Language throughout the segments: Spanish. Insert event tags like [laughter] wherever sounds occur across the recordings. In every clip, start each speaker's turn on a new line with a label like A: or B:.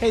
A: Hey,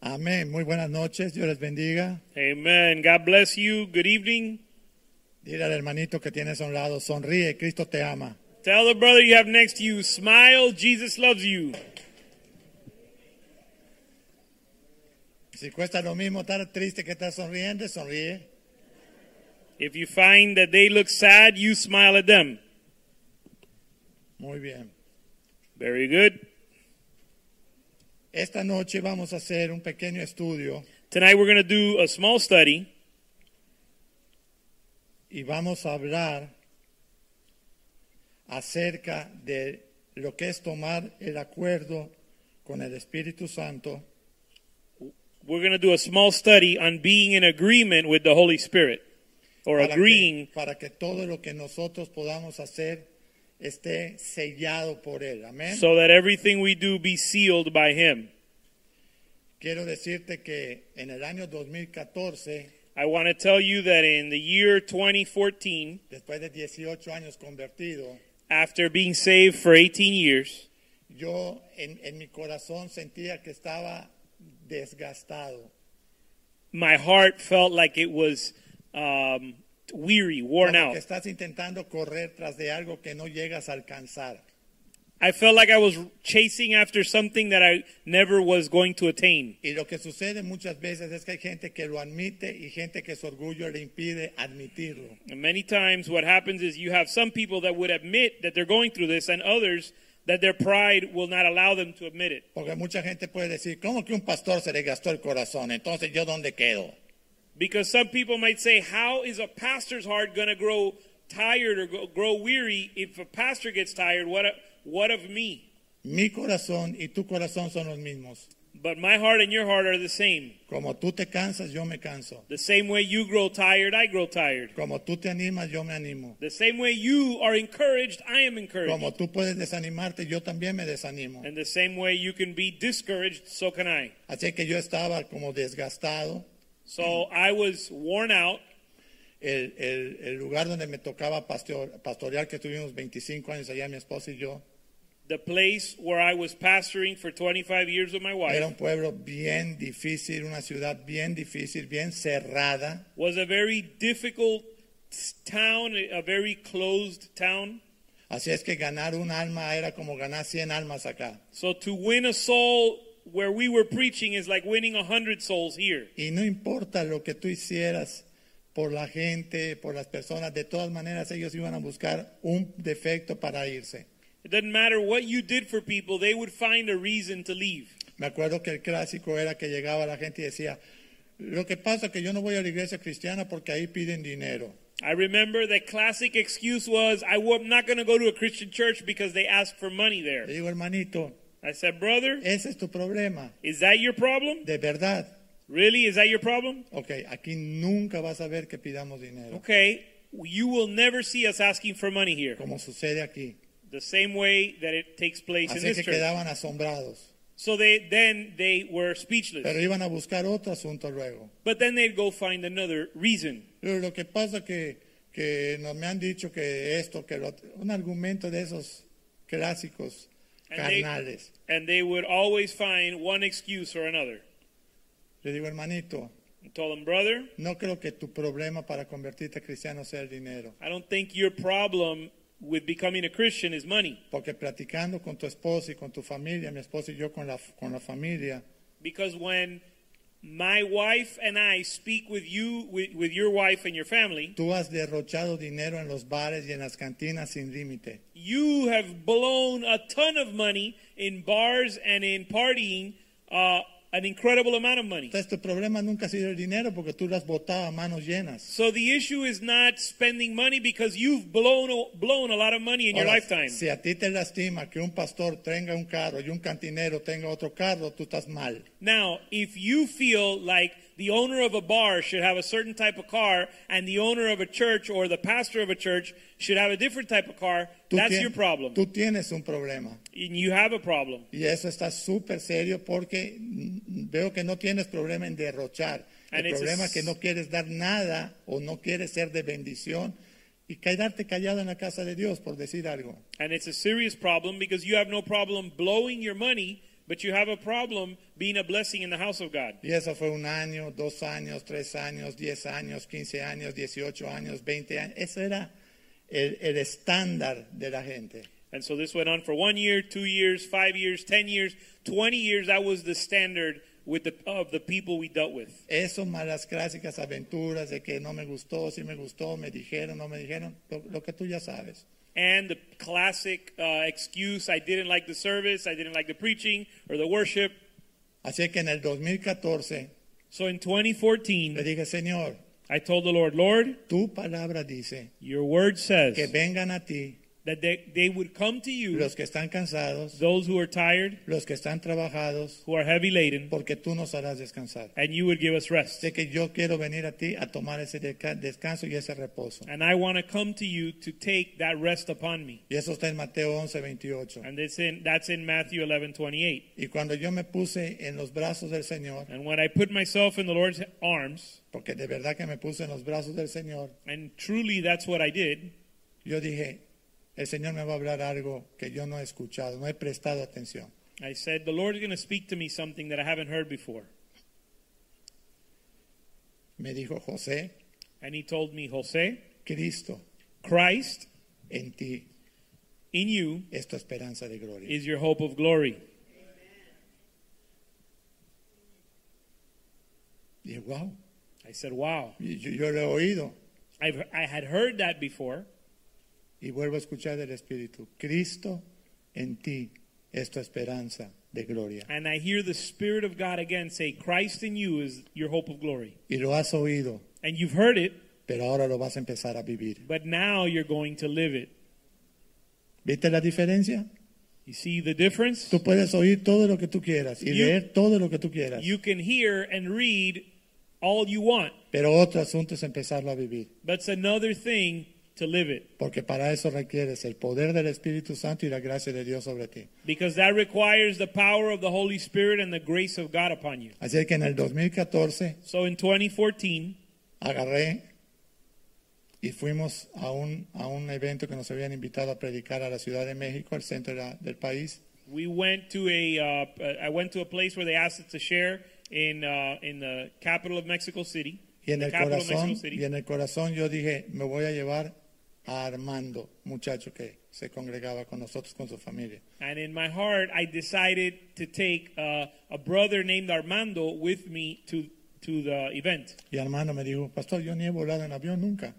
B: Amén. Muy buenas noches. Dios les bendiga.
C: Amen. God bless you. Good evening.
B: Dile al hermanito que tienes a un lado, sonríe, Cristo te ama.
C: Tell the brother you have next to you, smile, Jesus loves you.
B: Si cuesta lo mismo estar triste que estar sonriente, sonríe.
C: If you find that they look sad, you smile at them.
B: Muy bien.
C: Very good.
B: Esta noche vamos a hacer un pequeño estudio
C: Tonight we're going to do a small study
B: y vamos a hablar acerca de lo que es tomar el acuerdo con el Espíritu Santo
C: We're going to do a small study on being in agreement with the Holy Spirit or
B: para
C: agreeing
B: que, para que todo lo que nosotros podamos hacer esté sellado por Él. Amén.
C: so that everything we do be sealed by Him.
B: Quiero decirte que en el año 2014
C: I want to tell you that in the year 2014,
B: después de 18 años convertido,
C: after being saved for 18 years,
B: yo en, en mi corazón sentía que estaba desgastado.
C: my heart felt like it was um, weary, worn
B: Como
C: out.
B: que estás intentando correr tras de algo que no llegas a alcanzar.
C: I felt like I was chasing after something that I never was going to attain.
B: Y lo que sucede muchas veces es que hay gente que lo admite y gente que su orgullo le impide admitirlo.
C: And many times, what happens is you have some people that would admit that they're going through this, and others that their pride will not allow them to admit it.
B: Porque mucha gente puede decir, ¿cómo que un pastor se le gastó el corazón? Entonces yo dónde quedo?
C: Because some people might say, How is a pastor's heart going to grow tired or go- grow weary if a pastor gets tired? What, a- what of me?
B: Mi corazón y tu corazón son los mismos.
C: But my heart and your heart are the same.
B: Como tú te cansas, yo me canso.
C: The same way you grow tired, I grow tired.
B: Como tú te animas, yo me animo.
C: The same way you are encouraged, I am encouraged.
B: Como tú puedes desanimarte, yo también me desanimo.
C: And the same way you can be discouraged, so can I.
B: Así que yo estaba como desgastado.
C: So I was worn out.
B: El, el- el lugar donde me tocaba pastor- pastorear, que tuvimos 25 años allá, mi esposa y yo,
C: The place where I was pastoring for 25 years with my
B: era
C: wife
B: un pueblo bien difícil, una ciudad bien difícil, bien cerrada.
C: was a very difficult s- town, a very closed town.
B: Así es que ganar un alma era como ganar 100 almas acá.
C: So to win a soul where we were preaching is like winning a 100 souls here.
B: Y no importa lo que tú hicieras por la gente, por las personas, de todas maneras ellos iban a buscar un defecto para irse.
C: It doesn't matter what you did for people, they would find a reason to leave.
B: Me acuerdo que el clásico era que llegaba la gente y decía, lo que pasa es que yo no voy a la iglesia cristiana porque ahí piden dinero.
C: I remember the classic excuse was, I w- I'm not going to go to a Christian church because they ask for money there.
B: Le digo, hermanito,
C: I said, brother,
B: ese es tu problema,
C: is that your problem?
B: de verdad.
C: Really? Is that your problem?
B: Ok, aquí nunca vas a ver que pidamos dinero,
C: Okay, you will never see us asking for money here.
B: como sucede aquí.
C: The same way that it takes place in
B: Así
C: this
B: que
C: church.
B: quedaban asombrados,
C: So they then they
B: pero
C: were speechless.
B: iban a buscar otro asunto luego.
C: But then they'd go find another reason.
B: Pero lo que pasa que, que nos me han dicho que esto, que lo otro, un argumento de esos clásicos
C: And they-
B: carnales.
C: And they would always find one excuse or another.
B: Le digo, hermanito,
C: I told them, brother,
B: no creo que tu problema para convertirte cristiano sea el dinero,
C: I don't think your problem with becoming a Christian is money.
B: porque platicando con tu esposo y con tu familia, mi esposo y yo con la, con la familia,
C: Because when my wife and I speak with you, with, with your wife and your family,
B: tú has derrochado dinero en los bares y en las cantinas sin límite.
C: you have blown a ton of money in bars and in partying, uh, an incredible amount of money.
B: Entonces tu problema nunca ha sido el dinero, porque tú lo has botado a manos llenas.
C: So the issue is not spending money because you've blown a, blown a lot of money in your
B: Ahora,
C: lifetime.
B: Si a ti te lastima que un pastor tenga un carro y un cantinero tenga otro carro, tú estás mal.
C: Now, if you feel like the owner of a bar should have a certain type of car and the owner of a church or the pastor of a church should have a different type of car,
B: Tú
C: that's
B: tien-
C: your problem.
B: Tú tienes un problema.
C: And you have a problem.
B: Y eso está súper serio porque mm, veo que no tienes problema en derrochar.
C: And
B: El
C: it's a
B: problema
C: s-
B: es que no quieres dar nada o no quieres ser de bendición y quedarte callado en la casa de Dios por decir algo.
C: And it's a serious problem because you have no problem blowing your money, but you have a problem being a blessing in the house of God.
B: Y eso fue un año, dos años, tres años, diez años, quince años, dieciocho años, veinte años. Ese era el, el estándar de la gente.
C: And so this went on for one year, two years, five years, ten years, twenty years. That was the standard with the of the people we dealt with.
B: Eso más las clásicas aventuras de que no me gustó, sí me gustó, me dijeron, no me dijeron, lo, lo que tú ya sabes.
C: And the classic uh, excuse: I didn't like the service, I didn't like the preaching or the worship.
B: Así que en el 2014
C: So in
B: le
C: 2014,
B: dije, Señor,
C: I told the Lord, Lord,
B: tu palabra dice
C: Your Word says
B: que vengan a ti
C: that they, they would come to you,
B: los que están cansados,
C: those who are tired,
B: los que están trabajados,
C: who are heavy laden,
B: porque tú nos harás descansar.
C: and you would give us rest.
B: Sé que yo quiero venir a ti a tomar ese deca- descanso y ese reposo.
C: And I want to come to you to take that rest upon me.
B: Y eso está en Mateo 11, 28.
C: And that's in, that's in Matthew 11, 28.
B: Y cuando yo me puse en los brazos del Señor,
C: And when I put myself in the Lord's arms,
B: porque de verdad que me puse en los brazos del Señor,
C: and truly that's what I did,
B: Yo dije, el Señor me va a hablar algo que yo no he escuchado, no he prestado atención.
C: I said, The Lord is going to speak to me something that I haven't heard before.
B: Me dijo, José,
C: And he told me, Jose,
B: Cristo,
C: Christ
B: en ti
C: in you
B: es tu esperanza de gloria.
C: is your hope of glory.
B: Y dije, wow,
C: I said, Wow.
B: Y yo, yo lo he oído.
C: I've, I had heard that before.
B: Y vuelvo a escuchar del Espíritu, Cristo en ti es tu esperanza de gloria.
C: And I hear the Spirit of God again say, Christ in you is your hope of glory.
B: Y lo has oído,
C: And you've heard it,
B: pero ahora lo vas a empezar a vivir.
C: but now you're going to live it.
B: ¿Viste la diferencia?
C: You see the difference?
B: Tú puedes oír todo lo que tú quieras y
C: You-
B: leer todo lo que tú quieras,
C: You can hear and read all you want,
B: pero otro asunto es empezarlo a vivir.
C: but it's another thing to live it.
B: Porque para eso requieres el poder del Espíritu Santo y la gracia de Dios sobre ti.
C: Because that requires the power of the Holy Spirit and the grace of God upon you.
B: Así que en el 2014
C: So in 2014,
B: agarré y fuimos a un, a un evento que nos habían invitado a predicar a la Ciudad de México, al centro de la- del país.
C: we went to a uh, I went to a place where they asked us to share in uh, in the capital of Mexico City,
B: Y en
C: the
B: el
C: capital of
B: corazón,
C: Mexico City.
B: y en el corazón yo dije, me voy a llevar a Armando, muchacho que se congregaba con nosotros, con su familia.
C: And in my heart, I decided to take uh, a brother named Armando with me to to the event.
B: Y Armando me dijo, pastor, yo ni he volado en avión nunca.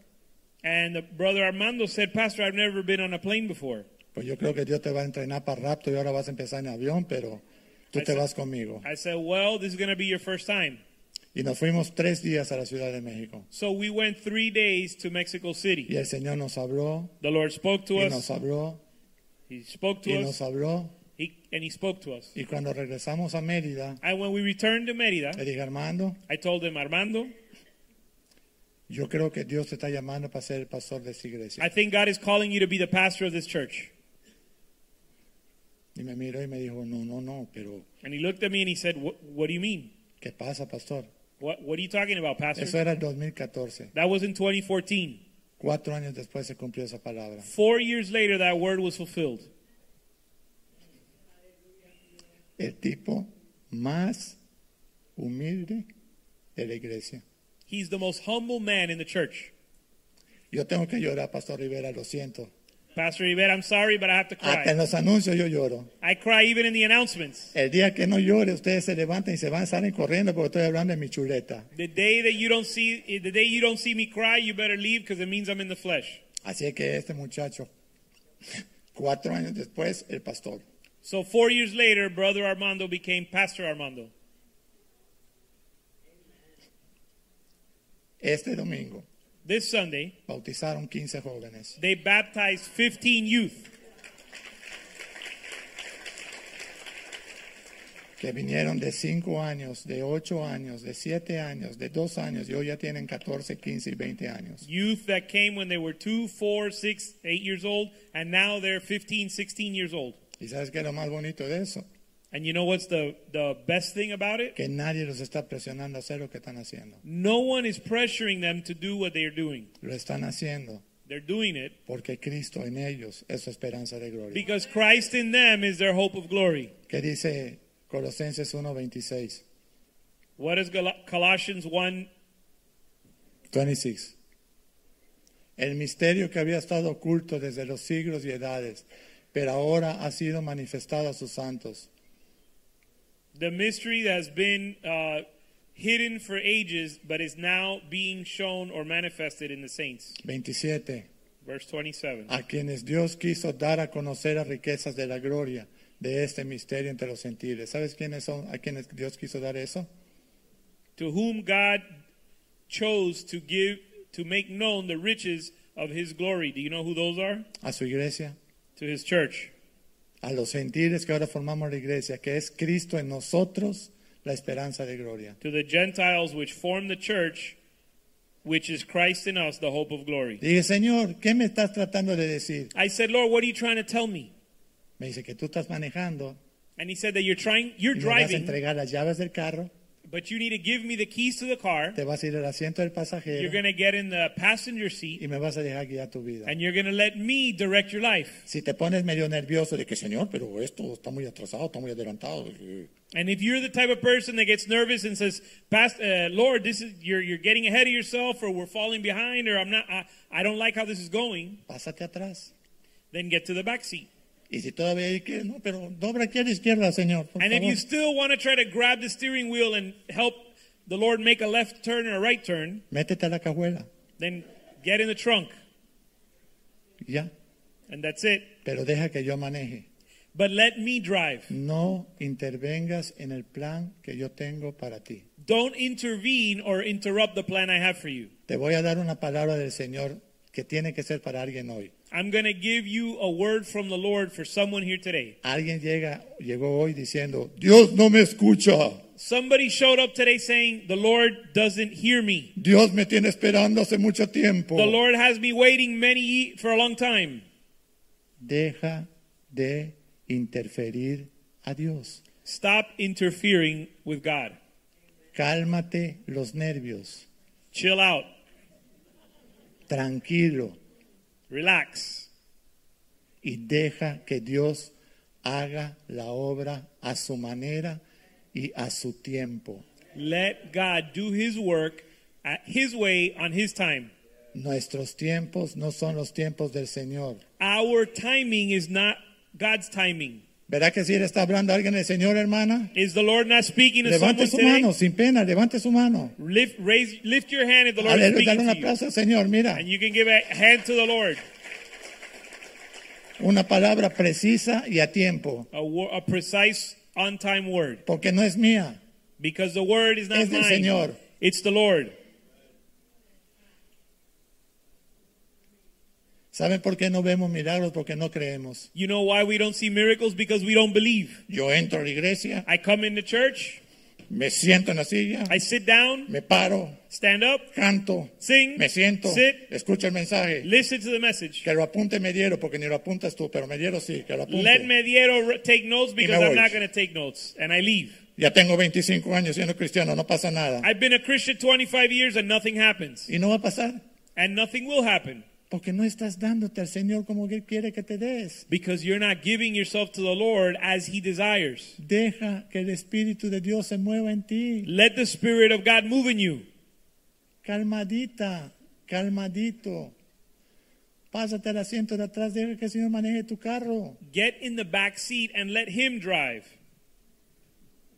C: And the brother Armando said, "Pastor, I've never been on a plane before."
B: Pues yo creo que Dios te va a entrenar para rapto y ahora vas a empezar en avión, pero tú te
C: Ese-
B: vas conmigo.
C: I said, "Well, this is going to be your first time."
B: Y nos fuimos tres días a la Ciudad de México.
C: So we went three days to Mexico
B: Y
C: City.
B: el Señor nos habló,
C: The Lord spoke to
B: y nos
C: us.
B: habló,
C: He spoke
B: y
C: to
B: nos
C: us.
B: habló.
C: He, and he spoke to us.
B: Y cuando regresamos a Mérida,
C: And when we returned to Merida,
B: le dije, Armando,
C: I told him, Armando,
B: yo creo que Dios te está llamando para ser el pastor de esta iglesia.
C: I think God is calling you to be the pastor of this church.
B: Y me miró y me dijo, no, no, no, pero
C: And he looked at me and he said, "What, what do you mean?
B: ¿qué pasa, pastor?
C: What, what are you talking about, pastor?"
B: Eso era el 2014.
C: That was in 2014.
B: Cuatro años después se cumplió esa palabra.
C: Four years later, that word was fulfilled.
B: El tipo más humilde de la iglesia.
C: He's the most humble man in the church.
B: Yo tengo que llorar, pastor Rivera, lo siento.
C: Pastor Yvette, I'm sorry, but I have to
B: Hasta en
C: cry.
B: los anuncios yo lloro.
C: I cry even in the announcements.
B: El día que no llore, ustedes se levantan y se van, salen corriendo porque estoy hablando de mi chuleta.
C: The day that you don't see, the day you don't see me cry, you better leave because it means I'm in the flesh.
B: Así que este muchacho, cuatro años después, el pastor.
C: So four years later, Brother Armando became Pastor Armando.
B: Este domingo
C: This Sunday,
B: bautizaron 15 jóvenes.
C: they baptized 15 youth.
B: que vinieron de 5 años, de 8 años, de 7 años, de 2 años, y hoy ya tienen 14, 15 y 20 años.
C: Youth that came when they were two, four, six, eight years old, and now they're 15, 16 years old.
B: ¿Y sabes qué es lo más bonito de eso?
C: And you know what's the, the best thing about it?
B: Que nadie los está presionando a hacer lo que están haciendo.
C: No one is pressuring them to do what they are doing.
B: Lo están haciendo
C: They're doing it
B: porque Cristo en ellos es su esperanza de gloria.
C: because Christ in them is their hope of glory.
B: ¿Qué dice Colosenses 1:26?
C: What does Gal- Colossians 1
B: 26. El misterio que había estado oculto desde los siglos y edades, pero ahora ha sido manifestado a sus santos.
C: The mystery that has been uh, hidden for ages, but is now being shown or manifested in the saints.
B: 27.
C: Verse 27.
B: A quienes Dios quiso dar a conocer las riquezas de la gloria de este misterio entre los gentiles. ¿Sabes quiénes son a quienes Dios quiso dar eso?
C: To whom God chose to give, to make known the riches of his glory. Do you know who those are?
B: A su iglesia,
C: To his church.
B: a los gentiles que ahora formamos la iglesia, que es Cristo en nosotros, la esperanza de gloria.
C: To the Gentiles which form the church, which is Christ in us, the hope of glory.
B: Dije, Señor, ¿qué me estás tratando de decir?
C: I said, Lord, what are you trying to tell me?
B: Me dice que tú estás manejando
C: And he said that you're trying, you're
B: y me vas a
C: driving,
B: entregar las llaves del carro,
C: but you need to give me the keys to the car.
B: te vas a ir al asiento del
C: You're
B: pasajero
C: going to get in the passenger seat.
B: y me vas a dejar guiar tu vida.
C: And you're going to let me direct your life.
B: Si te pones medio nervioso de que, Señor, pero esto está muy atrasado, está muy adelantado. eh,
C: And if you're the type of person that gets nervous and says, Past, uh, "Lord, this is you're you're getting ahead of yourself, or we're falling behind, or I'm not, I, I don't like how this is going,"
B: Pásate atrás.
C: then get to the back seat.
B: Y si todavía hay que, no, pero dobra aquí a la izquierda, Señor. por
C: And if
B: favor.
C: you still want to try to grab the steering wheel and help the Lord make a left turn or a right turn,
B: Métete a la cajuela.
C: then get in the trunk,
B: Ya.
C: and that's it.
B: Pero deja que yo maneje.
C: But let me drive.
B: No intervengas en el plan que yo tengo para ti.
C: Don't intervene or interrupt the plan I have for you.
B: Te voy a dar una palabra del Señor que tiene que ser para alguien hoy.
C: I'm going to give you a word from the Lord for someone here today.
B: Alguien llega, llegó hoy diciendo, Dios no me escucha,
C: Somebody showed up today saying, The Lord doesn't hear me.
B: Dios me tiene esperando hace mucho tiempo.
C: The Lord has me waiting many ye- for a long time.
B: Deja de interferir a Dios.
C: Stop interfering with God.
B: Cálmate los nervios,
C: Chill out.
B: tranquilo
C: Relax.
B: y deja que Dios haga la obra a su manera y a su tiempo.
C: Let God do his work at his way on his time.
B: Nuestros tiempos no son los tiempos del Señor.
C: Our timing is not God's timing.
B: ¿Verá que si él está hablando a alguien del Señor, hermana?
C: Is the Lord not speaking to
B: Levante
C: someone
B: su
C: today?
B: mano, sin pena, levante su mano.
C: Lift, raise, lift your hand if the Lord is
B: Aleluya, dale
C: speaking
B: un
C: to you.
B: aplauso al Señor. Mira,
C: And you can give a hand to the Lord.
B: una palabra precisa y a tiempo,
C: A, wo- a precise, on-time word.
B: porque no es mía.
C: Because the word is not
B: Es del
C: mine.
B: Señor.
C: It's the Lord.
B: ¿Saben por qué no vemos milagros? Porque no creemos.
C: You know why we don't see miracles? Because we don't believe.
B: Yo entro a la iglesia,
C: I come into church,
B: me siento en la silla,
C: I sit down,
B: me paro,
C: stand up,
B: canto,
C: sing,
B: me siento,
C: sit,
B: escucho el mensaje.
C: listen to the message.
B: Que lo apunte Mediero, porque ni lo apuntas tú, pero Mediero sí, que lo
C: Let
B: apunte.
C: Mediero r- take notes because
B: me
C: I'm
B: voy.
C: not going to take notes. And I leave.
B: Ya tengo 25 años siendo cristiano, no pasa nada.
C: I've been a Christian 25 years and nothing happens.
B: Y no va a pasar,
C: And nothing will happen
B: porque no estás dándote al Señor como Él quiere que te des.
C: because you're not giving yourself to the Lord as He desires.
B: Deja que el Espíritu de Dios se mueva en ti.
C: Let the Spirit of God move in you.
B: Calmadita, calmadito. Pásate al asiento de atrás, deja que el Señor maneje tu carro.
C: Get in the back seat and let Him drive.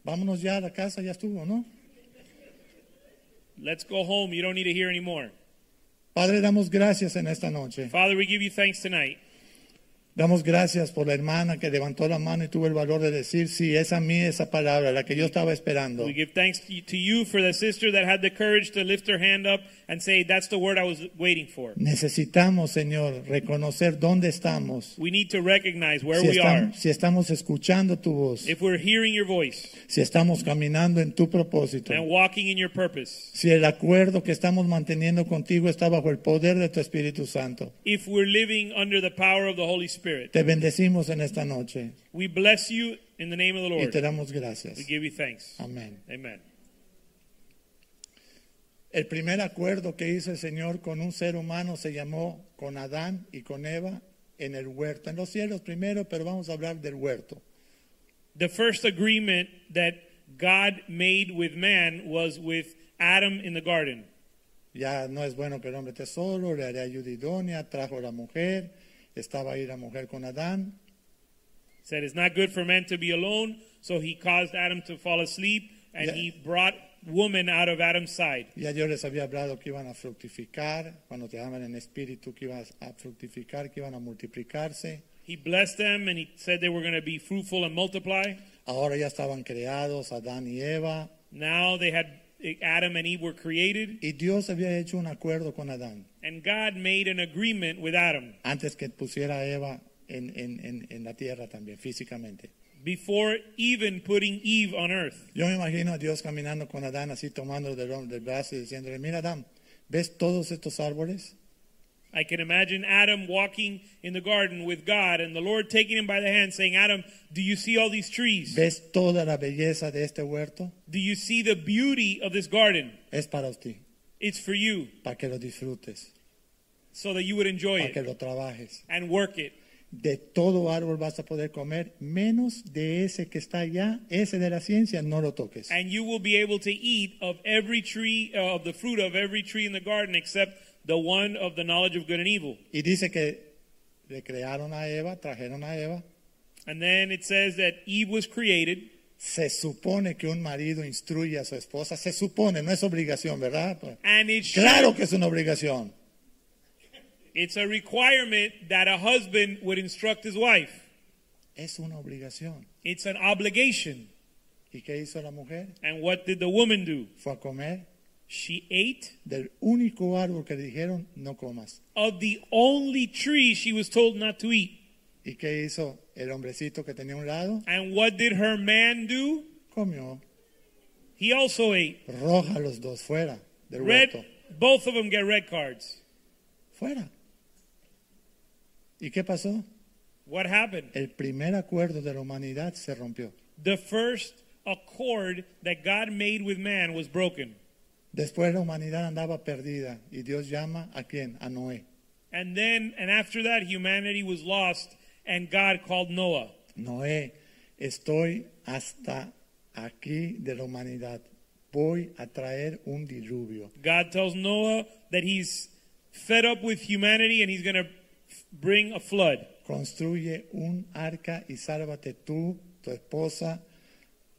B: Vámonos ya a la casa, ya estuvo, ¿no?
C: Let's go home. You don't need to hear anymore.
B: Padre, damos gracias en esta noche.
C: Father, we give you thanks tonight.
B: Damos gracias por la hermana que levantó la mano y tuvo el valor de decir, sí, es a mí esa palabra, la que yo estaba esperando.
C: We give thanks to you- to you for the sister that had the courage to lift her hand up and say, That's the word I was waiting for.
B: Necesitamos, Señor, reconocer dónde estamos.
C: We need to recognize where
B: Si,
C: we are.
B: estam- si estamos escuchando tu voz,
C: If we're hearing your voice
B: si estamos caminando en tu propósito,
C: and walking in your purpose,
B: si el acuerdo que estamos manteniendo contigo está bajo el poder de tu Espíritu Santo.
C: if we're living under the power of the Holy Spirit,
B: Te bendecimos en esta noche
C: we bless you in the name of the
B: y te
C: Lord.
B: damos gracias.
C: We give you thanks.
B: Amén.
C: Amen.
B: El primer acuerdo que hizo el Señor con un ser humano se llamó con Adán y con Eva en el huerto. En los cielos primero, pero vamos a hablar del huerto.
C: The first agreement that God made with man was with Adam in the garden.
B: Ya no es bueno que el hombre esté solo, le haré ayuda idónea, trajo la mujer, estaba ahí la mujer con Adán.
C: said it's not good for man to be alone so he caused adam to fall asleep and
B: Yeah.
C: he brought woman out of adam's side
B: Ya yo les había hablado que iban a fructificar, cuando te llaman en espíritu, que iban a fructificar, que iban a multiplicarse.
C: he blessed them and he said they were going to be fruitful and multiply
B: Ahora ya estaban creados Adán y Eva.
C: now they had adam and eve were created
B: Y Dios había hecho un acuerdo con Adán
C: and god made an agreement with adam
B: antes que pusiera a Eva en, en- en- en la tierra también, físicamente.
C: before even putting eve on earth
B: Yo me imagino a Dios caminando con Adán así, tomándolo del, hom- del brazo y diciéndole, mira Adán, ¿ves todos estos árboles?
C: i can imagine adam walking in the garden with god and the lord taking him by the hand saying adam do you see all these trees
B: ¿Ves toda la belleza de este huerto?
C: do you see the beauty of this garden
B: Es para ti,
C: it's for you
B: para que lo disfrutes,
C: so that you would enjoy
B: para
C: it
B: que lo trabajes.
C: and work it.
B: De todo árbol vas a poder comer, menos de ese que está allá, ese de la ciencia, no lo toques.
C: And you will be able to eat of every tree, uh, of the fruit of every tree in the garden, except the one of the knowledge of good and evil.
B: Y dice que le crearon a Eva, trajeron a Eva.
C: And then it says that Eve was created.
B: Se supone que un marido instruye a su esposa, se supone, no es obligación, ¿verdad? Pues,
C: And it should-
B: Claro que es una obligación.
C: it's a requirement that a husband would instruct his wife.
B: Es una obligación.
C: It's an obligation.
B: ¿Y qué hizo la mujer?
C: And what did the woman do?
B: Fue a comer
C: She ate
B: del único árbol que le dijeron no comas.
C: of the only tree she was told not to eat.
B: ¿Y qué hizo el hombrecito que tenía a un lado?
C: And what did her man do?
B: Comió.
C: He also ate.
B: Roja los dos, fuera del huerto.
C: Red, both of them get red cards.
B: Fuera. ¿Y qué pasó?
C: What happened?
B: El primer acuerdo de la humanidad se rompió.
C: The first accord that God made with man was broken.
B: Después la humanidad andaba perdida y Dios llama a quién? A Noé.
C: And then, and after that, humanity was lost, and God called Noah.
B: Noé, estoy hasta aquí de la humanidad. Voy a traer un diluvio.
C: God tells Noah that he's fed up with humanity and he's going to bring a flood.
B: Construye un arca y sálvate tú, tu esposa,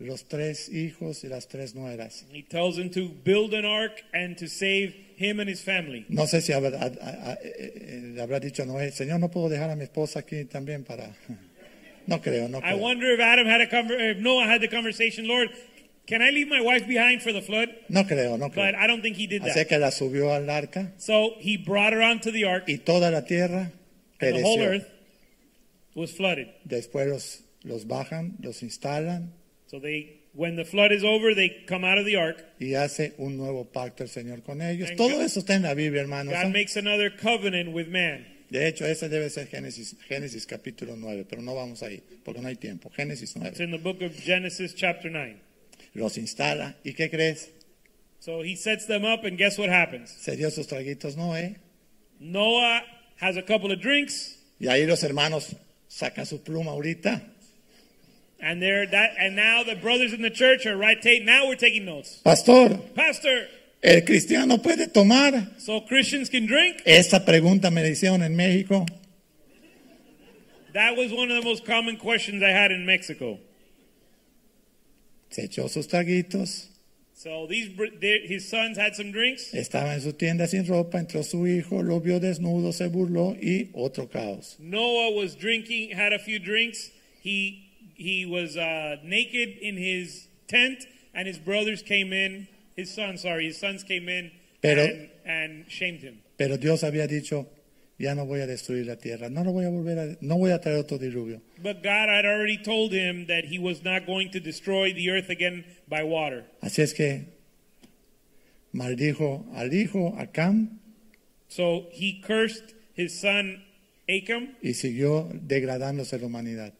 B: los tres hijos y las tres nueras.
C: He tells him to build an ark and to save him and his family.
B: No sé si habrá, a- a- a- eh, le habrá dicho Noé, Señor, no puedo dejar a mi esposa aquí también para... [laughs] No creo, no
C: I
B: creo.
C: wonder if Adam had a conver- if Noah had the conversation, Lord, can I leave my wife behind for the flood?
B: No creo, no
C: But
B: creo.
C: I don't think he did
B: Así
C: that.
B: que la subió al arca
C: So he brought her onto the ark.
B: y toda la tierra
C: and the whole
B: pereció.
C: earth was flooded.
B: Después los, los bajan, los instalan
C: So they, when the flood is over, they come out of the ark.
B: y hace un nuevo pacto el Señor con ellos.
C: And
B: Todo
C: God-
B: eso está en la Biblia, hermanos.
C: God
B: ¿eh?
C: makes another covenant with man.
B: De hecho, ese debe ser Génesis, Génesis capítulo 9, pero no vamos ahí porque no hay tiempo. Génesis
C: It's
B: 9.
C: in the book of Genesis, chapter nine.
B: Los instala. ¿Y qué crees?
C: So he sets them up, and guess what happens?
B: Se dio sus traguitos eh? Noé
C: Noah has a couple of drinks,
B: y ahí los hermanos sacan su pluma ahorita.
C: and they're that. And now the brothers in the church are right. Take now we're taking notes,
B: Pastor,
C: Pastor.
B: ¿el cristiano puede tomar?
C: So Christians can drink.
B: Esa pregunta me la hicieron en México.
C: That was one of the most common questions I had in Mexico.
B: Se echó sus traguitos,
C: So these br- their- his sons had some drinks.
B: Estaba en su tienda sin ropa, entró su hijo, lo vio desnudo, se burló y otro caos.
C: Noah was drinking, had a few drinks. He he was uh, naked in his tent, and his brothers came in. His sons, sorry, his sons came in
B: Pero-
C: and, and shamed him.
B: Pero Dios había dicho, ya no voy a destruir la tierra, no lo voy a volver a, no voy a traer otro diluvio.
C: But God had already told him that he was not going to destroy the earth again by water.
B: Así es que maldijo al hijo, a Cam,
C: So he cursed his son Achem,
B: y siguió degradándose la humanidad.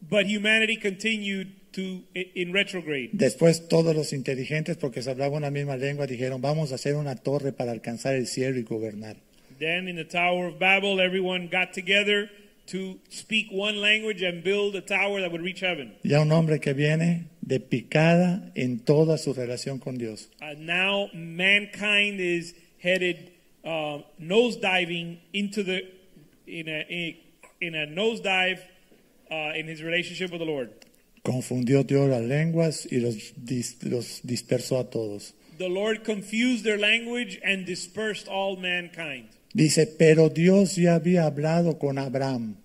C: but humanity continued to i- in retrograde.
B: Después todos los inteligentes, porque se hablaba una misma lengua, dijeron, vamos a hacer una torre para alcanzar el cielo y gobernar.
C: Then in the Tower of Babel, everyone got together to speak one language and build a tower that would reach heaven.
B: Ya un hombre que viene de picada en toda su relación con Dios.
C: Uh, now mankind is headed uh, nosediving into the in a in, in a nosedive uh, in his relationship with the Lord.
B: Confundió Dios las lenguas y los, dis- los dispersó a todos.
C: The Lord confused their language and dispersed all mankind.
B: Dice, pero Dios ya había hablado con Abraham.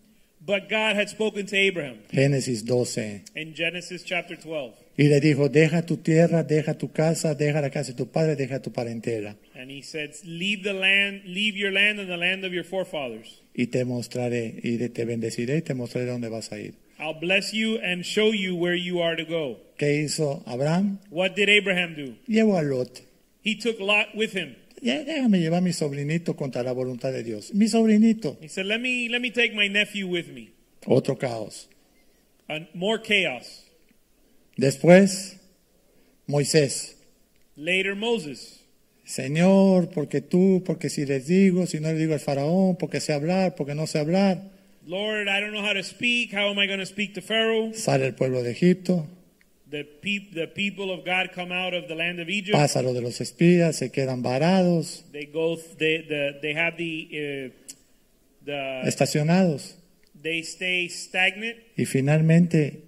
C: But God had spoken to Abraham
B: Génesis 12.
C: in Genesis chapter 12,
B: Y le dijo, deja tu tierra, deja tu casa, deja la casa de tu padre, deja tu parentela.
C: and he said, "Leave the land, leave your land and the land of your forefathers.
B: Y te mostraré, y de- te bendeciré y te mostraré dónde vas a ir.
C: I'll bless you and show you where you are to go."
B: ¿Qué hizo Abraham?
C: What did Abraham do?
B: Llevó a Lot.
C: He took Lot with him.
B: Ya, déjame llevar a mi sobrinito contra la voluntad de Dios. Mi sobrinito.
C: He said, "Let me let me take my nephew with me."
B: Otro caos.
C: Uh, more chaos.
B: Después, Moisés.
C: Later, Moses.
B: Señor, porque tú, porque si les digo, si no le digo al faraón, porque sé hablar, porque no sé hablar,
C: Lord, I don't know how to speak. How am I going to speak to Pharaoh?
B: sale el pueblo de Egipto,
C: The, peop- the people of God come out of the land of Egypt.
B: pasa lo de los espías, se quedan varados,
C: They go. th- They the, they have the uh, the
B: estacionados.
C: they stay stagnant.
B: Y finalmente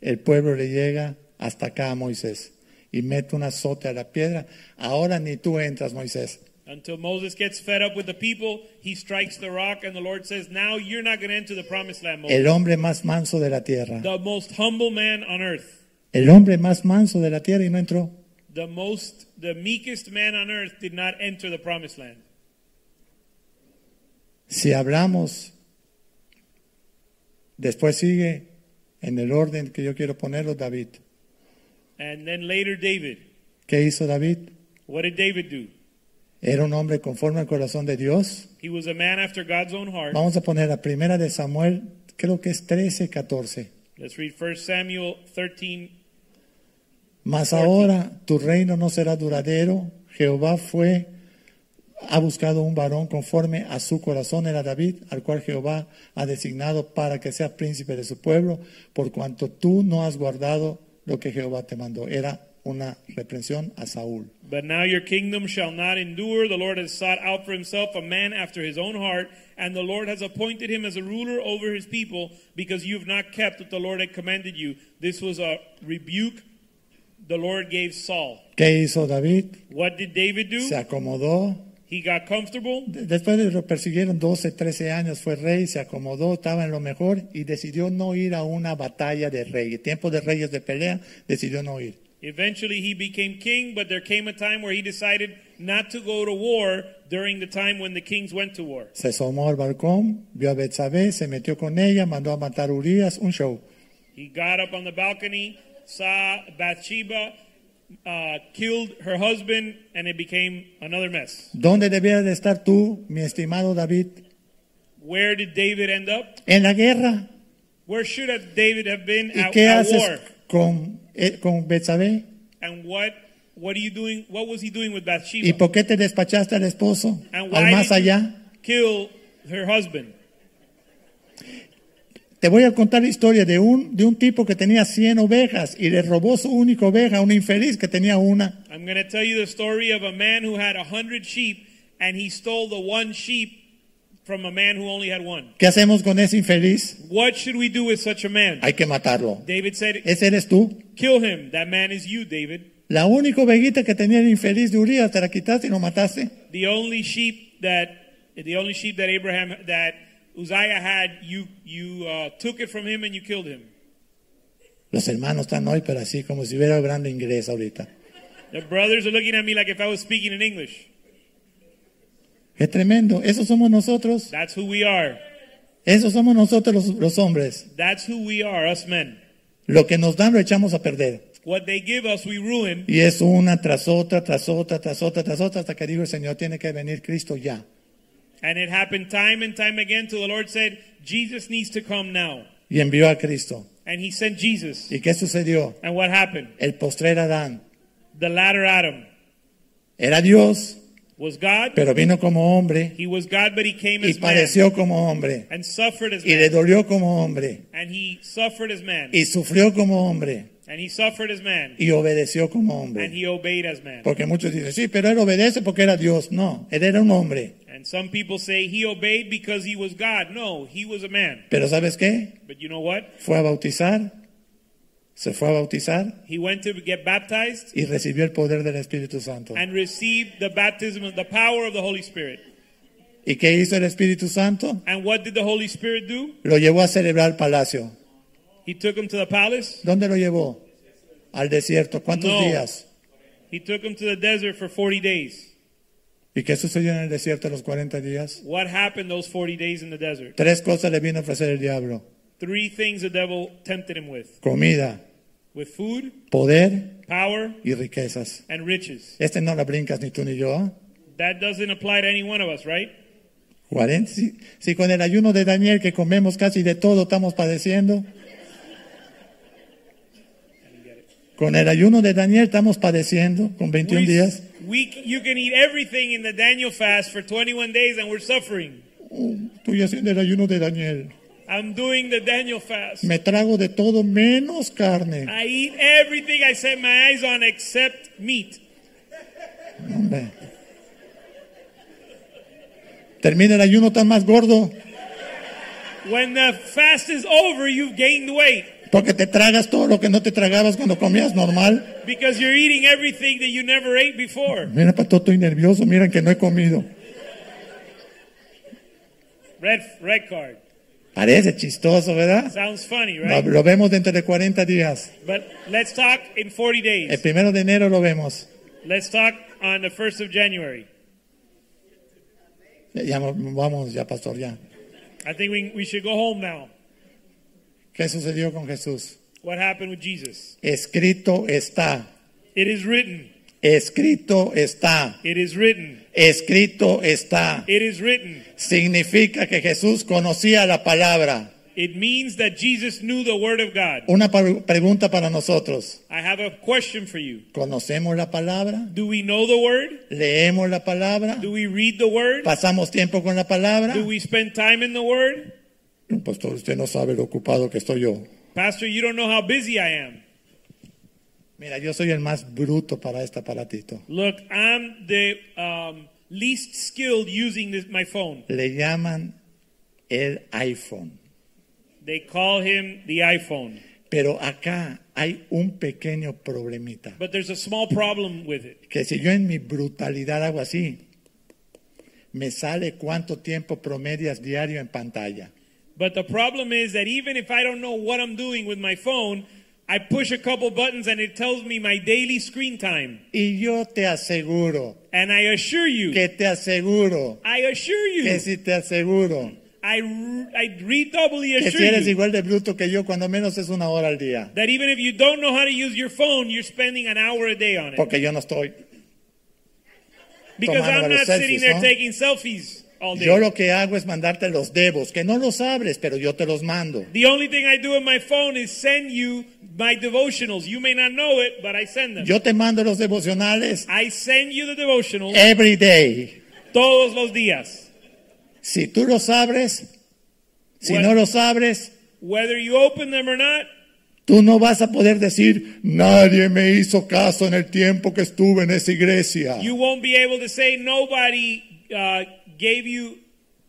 B: el pueblo le llega hasta acá a Moisés y mete un azote a la piedra. Ahora ni tú entras, Moisés.
C: Until Moses gets fed up with the people, he strikes the rock, and the Lord says, Now you're not going to enter the promised land, Moses.
B: El hombre más manso de la tierra.
C: The most humble man on earth,
B: El hombre más manso de la tierra y no entró.
C: the most, the meekest man on earth did not enter the promised land.
B: Si hablamos, después sigue en el orden que yo quiero ponerlo David.
C: And then later, David.
B: ¿Qué hizo David?
C: What did David do?
B: Era un hombre conforme al corazón de Dios.
C: He was a man after God's own heart.
B: Vamos a poner la primera de Samuel, creo que es 13, 14.
C: Let's read 1 Samuel 13.
B: Mas ahora tu reino no será duradero. Jehová fue, ha buscado un varón conforme a su corazón, era David, al cual Jehová ha designado para que sea príncipe de su pueblo, por cuanto tú no has guardado lo que Jehová te mandó. Era una reprensión a Saúl.
C: But now your kingdom shall not endure. The Lord has sought out for himself a man after his own heart, and the Lord has appointed him as a ruler over his people because you have not kept what the Lord had commanded you. This was a rebuke the Lord gave Saul.
B: ¿Qué hizo David?
C: What did David do?
B: Se acomodó.
C: He got comfortable.
B: De- Después de lo persiguieron 12, 13 años, fue rey, se acomodó, estaba en lo mejor y decidió no ir a una batalla de reyes. Tiempo de reyes de pelea, decidió no ir.
C: Eventually he became king, but there came a time where he decided not to go to war during the time when the kings went to war.
B: Se asomó al balcón, vio a Betsabé, se metió con ella, mandó a matar a Urias, un show.
C: He got up on the balcony, saw Bathsheba, uh, killed her husband, and it became another mess.
B: ¿Dónde debías de estar tú, mi estimado David?
C: Where did David end up?
B: En la guerra.
C: Where should have David have been
B: ¿Y
C: at,
B: qué
C: at
B: haces
C: war?
B: con, eh, con Betsabé?
C: And what what are you doing? What was he doing with Bathsheba?
B: ¿Y por qué te despachaste al esposo,
C: And
B: al
C: why
B: más
C: did
B: allá?
C: you kill her husband?
B: Te voy a contar la historia de un, de un tipo que tenía 100 ovejas y le robó su única oveja a un infeliz que tenía una.
C: I'm going to tell you the story of a man who had a hundred sheep, and he stole the one sheep from a man who only had one.
B: ¿Qué hacemos con ese infeliz?
C: What should we do with such a man?
B: Hay que matarlo.
C: David said,
B: Ese eres tú.
C: "Kill him." That man is you, David.
B: La única oveguita que tenía el infeliz de Urias te la quitaste y lo mataste.
C: The only sheep that the only sheep that Abraham that Uzziah had, you you uh, took it from him and you killed him.
B: Los hermanos están hoy, pero así como si hubiera hablando inglés ahorita.
C: The brothers are looking at me like if I was speaking in English.
B: Es tremendo. Esos somos nosotros.
C: That's who we are.
B: Esos somos nosotros los, los hombres.
C: That's who we are, us men.
B: Lo que nos dan lo echamos a perder.
C: What they give us, we ruin.
B: Y es una tras otra, tras otra, tras otra, tras otra, hasta que digo el Señor, tiene que venir Cristo ya.
C: And it happened time and time again till the Lord said, Jesus needs to come now.
B: Y envió a Cristo.
C: And he sent Jesus.
B: ¿Y qué sucedió?
C: And what happened?
B: El postrer Adán
C: The latter Adam
B: era Dios,
C: was God.
B: pero vino como hombre
C: He was God, but he came
B: y
C: as man.
B: padeció como hombre
C: And suffered as
B: y le
C: man.
B: dolió como hombre
C: And he suffered as man.
B: y sufrió como hombre
C: And he suffered as man.
B: y obedeció como
C: And
B: hombre.
C: he obeyed as man.
B: Porque muchos dicen, sí, pero él obedece porque era Dios. No, él era un hombre.
C: And some people say he obeyed because he was God. No, he was a man.
B: Pero ¿sabes qué?
C: But you know what?
B: Fue a bautizar, se fue a bautizar
C: He went to get baptized
B: y recibió el poder del Espíritu Santo.
C: and received the baptism of the power of the Holy Spirit.
B: ¿Y qué hizo el Espíritu Santo?
C: And what did the Holy Spirit do?
B: Lo llevó a celebrar el palacio.
C: He took him to the palace.
B: ¿Dónde lo llevó? Al desierto. ¿Cuántos
C: No.
B: días?
C: He took him to the desert for 40 days.
B: ¿Y qué sucedió en el desierto a los 40 días?
C: What happened those 40 days in the desert?
B: Tres cosas le vino a ofrecer el diablo.
C: Three things the devil tempted him with
B: Comida,
C: with food,
B: poder
C: power,
B: y riquezas.
C: and riches.
B: Este no la brincas ni tú ni yo. ¿ah?
C: That doesn't apply to any one of us, right?
B: 40, si, si con el ayuno de Daniel que comemos casi de todo estamos padeciendo. Con el ayuno de Daniel estamos padeciendo con 21 días.
C: we, you can eat everything in the Daniel fast for 21 days and we're suffering.
B: Oh, estoy haciendo el ayuno de Daniel.
C: I'm doing the Daniel fast.
B: Me trago de todo menos carne.
C: I eat everything I set my eyes on except meat.
B: Hombre. Termina el ayuno tan más gordo
C: When the fast is over, you've gained weight
B: porque te tragas todo lo que no te tragabas cuando comías normal.
C: because you're eating everything that you never ate before.
B: Mira, pato, estoy nervioso. Miren que no he comido.
C: Red, red card.
B: Parece chistoso, ¿verdad?
C: Sounds funny,
B: Lo,
C: right?
B: lo vemos dentro de 40 días.
C: But let's talk in 40
B: El
C: days.
B: primero de enero lo vemos.
C: Let's talk on the 1st of January.
B: Ya, vamos, ya, pastor, ya.
C: I think we, we should go home now.
B: ¿Qué sucedió con Jesús?
C: What happened with Jesus?
B: Escrito está.
C: It is written.
B: Escrito está.
C: It is written.
B: Escrito está.
C: It is written.
B: Significa que Jesús conocía la palabra.
C: It means that Jesus knew the Word of God.
B: Una par- pregunta para nosotros.
C: I have a question for you.
B: ¿Conocemos la palabra?
C: Do we know the Word?
B: ¿Leemos la palabra?
C: Do we read the Word?
B: ¿Pasamos tiempo con la palabra?
C: Do we spend time in the Word?
B: No, Pastor, usted no sabe lo ocupado que estoy yo.
C: Pastor, you don't know how busy I am.
B: Mira, yo soy el más bruto para este aparatito.
C: Look, I'm the um, least skilled using this, my phone.
B: Le llaman el iPhone.
C: They call him the iPhone.
B: Pero acá hay un pequeño problemita.
C: But there's a small problem with it.
B: Que si yo en mi brutalidad hago así, me sale cuánto tiempo promedias diario en pantalla.
C: But the problem is that even if I don't know what I'm doing with my phone, I push a couple buttons and it tells me my daily screen time.
B: Y yo te aseguro,
C: And I assure you,
B: que te aseguro,
C: I assure
B: que
C: you,
B: si te aseguro,
C: I, re- I redoubly
B: que si
C: assure
B: eres
C: you
B: igual de bruto que yo, cuando menos es una hora al día.
C: that even if you don't know how to use your phone, you're spending an hour a day on it.
B: Porque yo no estoy.
C: Because
B: tomando
C: I'm
B: varios
C: not
B: selfies,
C: sitting there
B: ¿no?
C: taking selfies all
B: Yo
C: day.
B: lo que hago es mandarte los devos, que no los abres, pero yo te los mando.
C: The only thing I do on my phone is send you my devotionals. You may not know it, but I send them.
B: Yo te mando los devocionales
C: I send you the devotionals
B: every day.
C: todos los días.
B: Si tú los abres, si
C: Bueno.
B: no los abres,
C: Whether you open them or not,
B: tú no vas a poder decir, nadie me hizo caso en el tiempo que estuve en esa iglesia.
C: you won't be able to say nobody uh, gave you,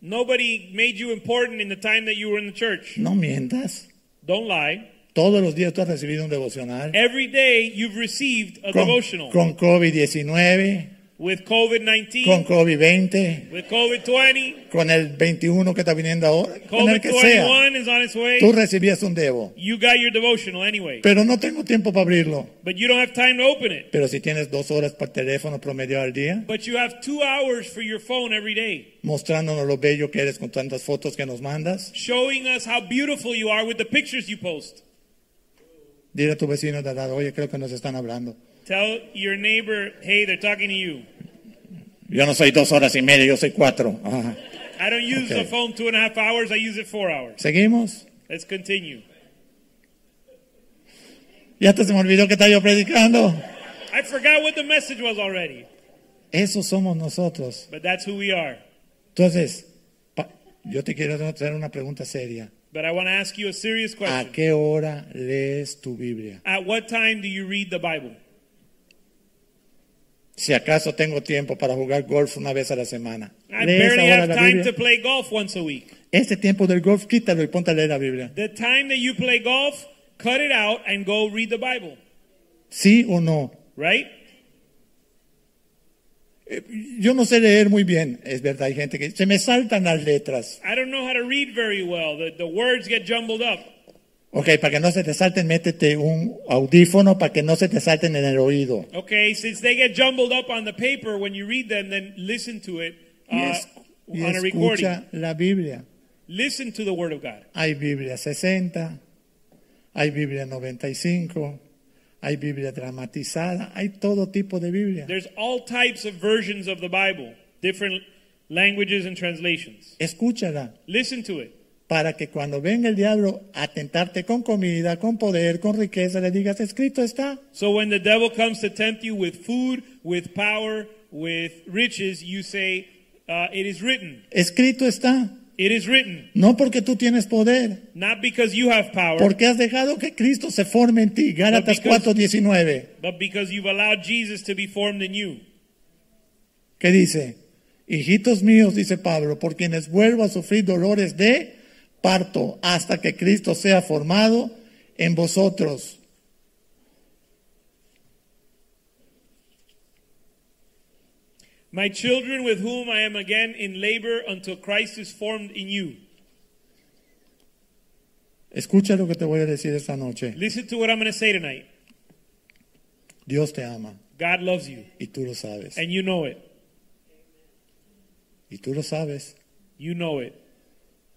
C: nobody made you important in the time that you were in the church.
B: No mientas.
C: Don't lie.
B: Todos los días tú has recibido un devocional.
C: Every day you've received a
B: Con,
C: devotional
B: con COVID-19,
C: with COVID
B: con
C: 19,
B: COVID-20,
C: with COVID 20,
B: con el 21 que está viniendo ahora, con el
C: COVID
B: que sea.
C: 21 is on its
B: Tú
C: way.
B: recibías un devo.
C: You got your devotional anyway,
B: Pero no tengo tiempo para abrirlo.
C: but you don't have time to open it.
B: Pero si tienes dos horas por teléfono promedio al día,
C: But you have two hours for your phone every day,
B: mostrándonos lo bello que eres con tantas fotos que nos mandas,
C: showing us how beautiful you are with the pictures you post.
B: dile a tu vecino de al lado, oye, creo que nos están hablando.
C: Tell your neighbor, hey, they're talking to you.
B: Yo no soy dos horas y media, yo soy cuatro. Ajá.
C: I don't use
B: Okay.
C: the phone two and a half hours, I use it four hours.
B: ¿Seguimos?
C: Let's continue.
B: Ya hasta se me olvidó que estaba yo predicando.
C: I forgot what the message was already,
B: Eso somos nosotros.
C: but that's who we are.
B: Entonces, pa- yo te quiero hacer una pregunta seria.
C: But I want to ask you a serious
B: ¿A
C: question.
B: qué hora lees tu Biblia?
C: At what time do you read the Bible?
B: Si acaso tengo tiempo para jugar golf una vez a la semana.
C: I
B: ¿Lees
C: barely
B: ahora
C: have
B: la
C: time
B: Biblia?
C: to play golf once a week.
B: Este tiempo del golf, quítalo y ponte a leer la Biblia.
C: The time that you play golf, cut it out and go read the Bible,
B: ¿Sí o no?
C: right?
B: Yo no sé leer muy bien, es verdad, hay gente que se me saltan las letras.
C: I don't know how to read very well. The, the words get jumbled up.
B: Ok, para que no se te salten, métete un audífono para que no se te salten en el oído.
C: Okay, since they get jumbled up on the paper when you read them, then listen to it uh,
B: Y, es- y
C: on a recording.
B: escucha la Biblia.
C: Listen to the Word of God.
B: Hay Biblia 60, hay Biblia 95, hay Biblia dramatizada, hay todo tipo de Biblia.
C: There's all types of versions of the Bible, different languages and translations.
B: Escúchala.
C: Listen to it.
B: para que cuando venga el diablo a tentarte con comida, con poder, con riqueza, le digas, escrito está.
C: So when the devil comes to tempt you with food, with power, with riches, you say, uh, It is written.
B: Escrito está.
C: It is written.
B: No porque tú tienes poder,
C: Not because you have power,
B: porque has dejado que Cristo se forme en ti. Gálatas
C: No, because-
B: 4:19,
C: but because you've allowed Jesus to be formed in you.
B: que dice, hijitos míos, dice Pablo, por quienes vuelvo a sufrir dolores de parto hasta que Cristo sea formado en vosotros.
C: My children, with whom I am again in labor until Christ is formed in you.
B: Escucha lo que te voy a decir esta noche.
C: Listen to what I'm going to say tonight.
B: Dios te ama
C: God loves you,
B: y tú lo sabes.
C: and you know it.
B: Y tú lo sabes.
C: You know it.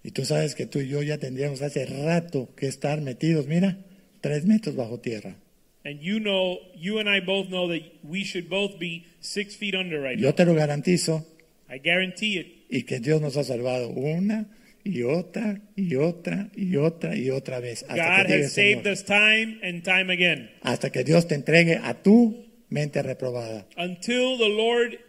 B: Y tú sabes que tú y yo ya tendríamos hace rato que estar metidos, mira, tres metros bajo tierra.
C: And you know, you and I both know that we should both be six feet under right now.
B: Yo te lo garantizo
C: I guarantee it.
B: y que Dios nos ha salvado una y otra y otra y otra y otra vez. Hasta
C: God
B: que, llegue el
C: has saved
B: Señor.
C: us time and time again
B: hasta que Dios te entregue a tu mente reprobada.
C: until the Lord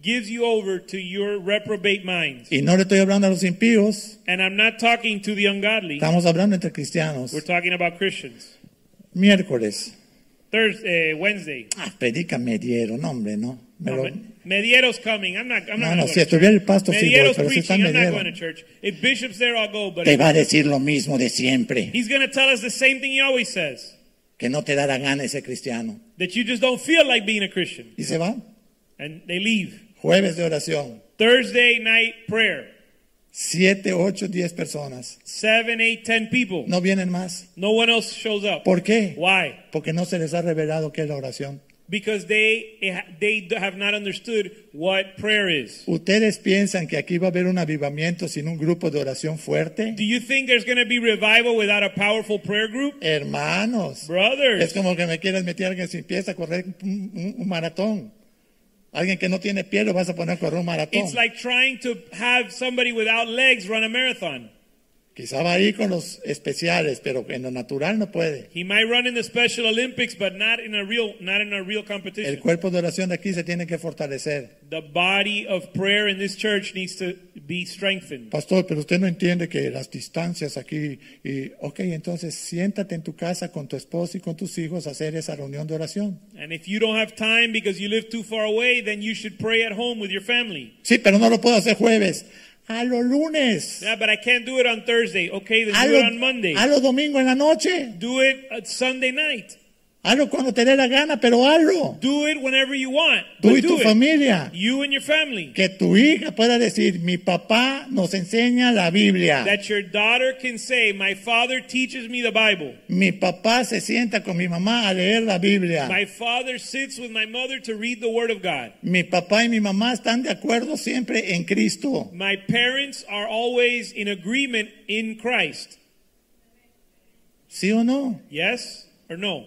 C: gives you over to your reprobate mind.
B: Y no le estoy hablando a los impíos,
C: And I'm not talking to the ungodly.
B: estamos hablando entre cristianos.
C: We're talking about Christians.
B: Miércoles.
C: Thursday, eh, Wednesday.
B: Ah, predica me dieron, hombre, ¿no? Me lo-
C: But Mediero's coming. I'm not. I'm
B: No,
C: not
B: Ah, no,
C: going
B: si
C: to church.
B: estuviera el pasto, sí voy,
C: Mediero's
B: pero si está
C: preaching. I'm not
B: Mediero.
C: going to church. If Bishop's there, I'll go. But
B: te va a decir lo mismo de siempre,
C: he's going to tell us the same thing he always says:
B: que no te dará gana ese cristiano.
C: that you just don't feel like being a Christian,
B: Y se va.
C: and they leave.
B: Jueves de oración,
C: Thursday night prayer.
B: 7, 8, 10 personas.
C: Seven, eight, ten people.
B: No vienen más.
C: No one else shows up.
B: ¿Por qué?
C: Why?
B: Porque no se les ha revelado qué es la oración.
C: Because they eh, they have not understood what prayer is.
B: ¿Ustedes piensan que aquí va a haber un avivamiento sin un grupo de oración fuerte?
C: Do you think there's going to be revival without a powerful prayer group,
B: Hermanos, es
C: brothers?
B: como que me quieras meter a alguien sin pies a correr un, un- un maratón. Alguien que no tiene pie lo vas a poner a correr un maratón.
C: It's like trying to have somebody without legs run a marathon.
B: Quizá va ahí con los especiales, pero en lo natural no puede.
C: He might run in the Special Olympics, but not in a real not in a real competition.
B: El cuerpo de oración de aquí se tiene que fortalecer.
C: the body of prayer in this church needs to be strengthened.
B: Pastor, pero usted no entiende que las distancias aquí y ok, entonces siéntate en tu casa con tu esposo y con tus hijos a hacer esa reunión de oración.
C: And if you don't have time because you live too far away, then you should pray at home with your family.
B: Sí, pero no lo puedo hacer jueves. a los lunes,
C: Yeah, but I can't do it on Thursday. Okay, then
B: a
C: do
B: los,
C: it on Monday.
B: a los domingos en la noche,
C: do it at Sunday night.
B: hazlo cuando te dé la gana, pero hazlo.
C: Do it whenever you want.
B: Tú
C: but
B: y
C: Pues do
B: tu
C: it.
B: familia,
C: You and your family.
B: que tu hija pueda decir, mi papá nos enseña la Biblia.
C: That your daughter can say, My father teaches me the Bible.
B: Mi papá se sienta con mi mamá a leer la Biblia.
C: My father sits with my mother to read the Word of God.
B: Mi papá y mi mamá están de acuerdo siempre en Cristo.
C: My parents are always in agreement in Christ.
B: ¿Sí o no?
C: Yes or no?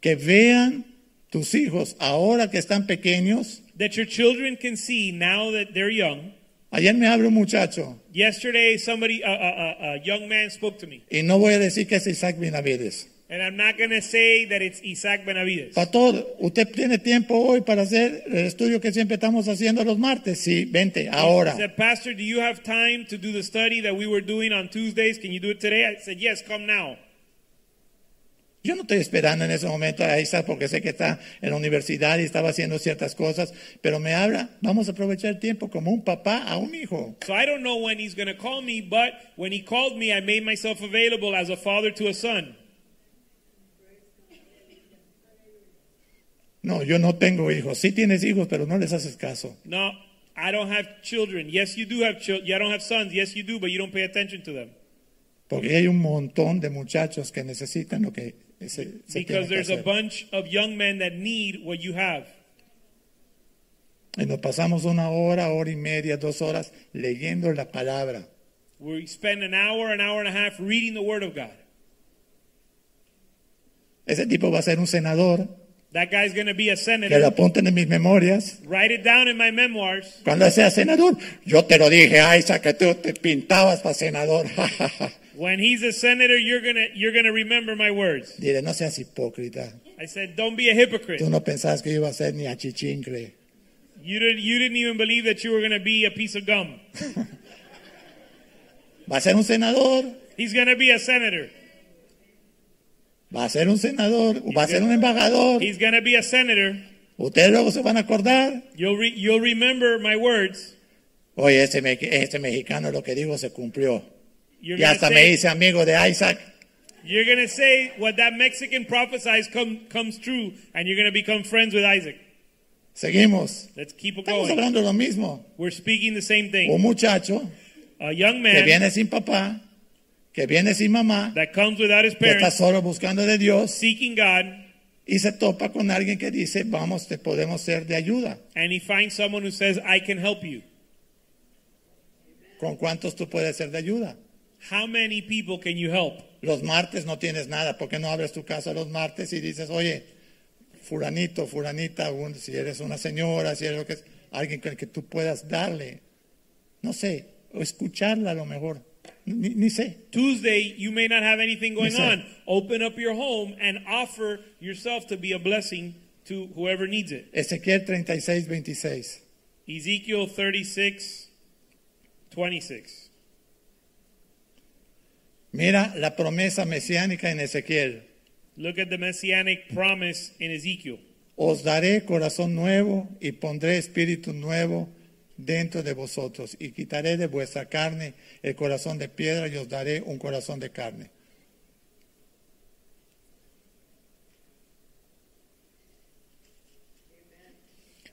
B: Que vean tus hijos ahora que están pequeños.
C: That your children can see now that they're young.
B: Ayer me habló un muchacho
C: Yesterday, somebody, a, a, a, a young man spoke to me.
B: y no voy a decir que es Isaac Benavides.
C: And I'm not going to say that it's Isaac Benavides.
B: Pastor, ¿usted tiene tiempo hoy para hacer el estudio que siempre estamos haciendo los martes? Sí, vente, ahora.
C: He said, Pastor, do you have time to do the study that we were doing on Tuesdays? Can you do it today? I said, Yes, come now.
B: Yo no estoy esperando en ese momento a Isaac porque sé que está en la universidad y estaba haciendo ciertas cosas, pero me habla, vamos a aprovechar el tiempo como un papá a un hijo.
C: So I don't know when he's going to call me, but when he called me, I made myself available as a father to a son.
B: No, yo no tengo hijos. Sí tienes hijos, pero no les haces caso.
C: No, I don't have children. Yes, you do have children. I don't have sons. Yes, you do, but you don't pay attention to them.
B: Porque hay un montón de muchachos que necesitan lo que se, se tiene
C: Because
B: que
C: there's a
B: hacer.
C: bunch of young men that need what you have.
B: Y nos pasamos una hora, hora y media, dos horas leyendo la palabra.
C: We spend an hour, an hour and a half reading the Word of God.
B: Ese tipo va a ser un senador,
C: That guy's going to be a
B: que lo
C: senator.
B: apunten en mis memorias.
C: Write it down in my memoirs.
B: Cuando sea senador, yo te lo dije, Isaac, que tú te pintabas para senador. [laughs]
C: When he's a senator, you're going to you're going to remember my words.
B: Dile, no seas hipócrita.
C: I said, "Don't be a hypocrite.
B: Tú no pensabas que yo iba a ser ni a chichincle.
C: You didn't you didn't even believe that you were going to be a piece of gum."
B: Va a ser un senador,
C: He's going to be a senator.
B: va a ser un senador, va a ser un embajador.
C: He's going to be a senator.
B: Ustedes luego se van a acordar.
C: You'll re- you'll remember my words.
B: Oye, ese, me- ese mexicano lo que dijo se cumplió.
C: You're
B: Y
C: going to
B: hasta me
C: say,
B: hice amigo de Isaac.
C: you're going to say what that Mexican prophesies come, comes true, and you're going to become friends with Isaac.
B: Seguimos.
C: Let's keep it
B: Estamos
C: going.
B: hablando lo mismo.
C: We're speaking the same
B: Un
C: thing.
B: muchacho
C: A young
B: que
C: man
B: viene sin papá, que viene sin mamá,
C: that comes without his
B: que está
C: parents,
B: solo buscando de Dios
C: seeking God,
B: y se topa con alguien que dice, vamos, te podemos ser de ayuda.
C: and he finds someone who says, I can help you.
B: ¿Con cuántos tú puedes ser de ayuda?
C: How many people can you help?
B: Los martes no tienes nada, ¿por qué no abres tu casa los martes y dices, oye, fulanito, fulanita, un- si eres una señora, si eres lo que es, alguien con el que tú puedas darle, no sé, o escucharla a lo mejor, ni, ni sé.
C: Tuesday, you may not have anything going
B: Yes, sir.
C: on. Open up your home and offer yourself to be a blessing to whoever needs it.
B: Ezequiel 36, 26.
C: Ezekiel 36, 26.
B: Mira la promesa mesiánica en Ezequiel.
C: Look at the messianic promise in Ezekiel.
B: Os daré corazón nuevo y pondré espíritu nuevo dentro de vosotros y quitaré de vuestra carne el corazón de piedra y os daré un corazón de carne.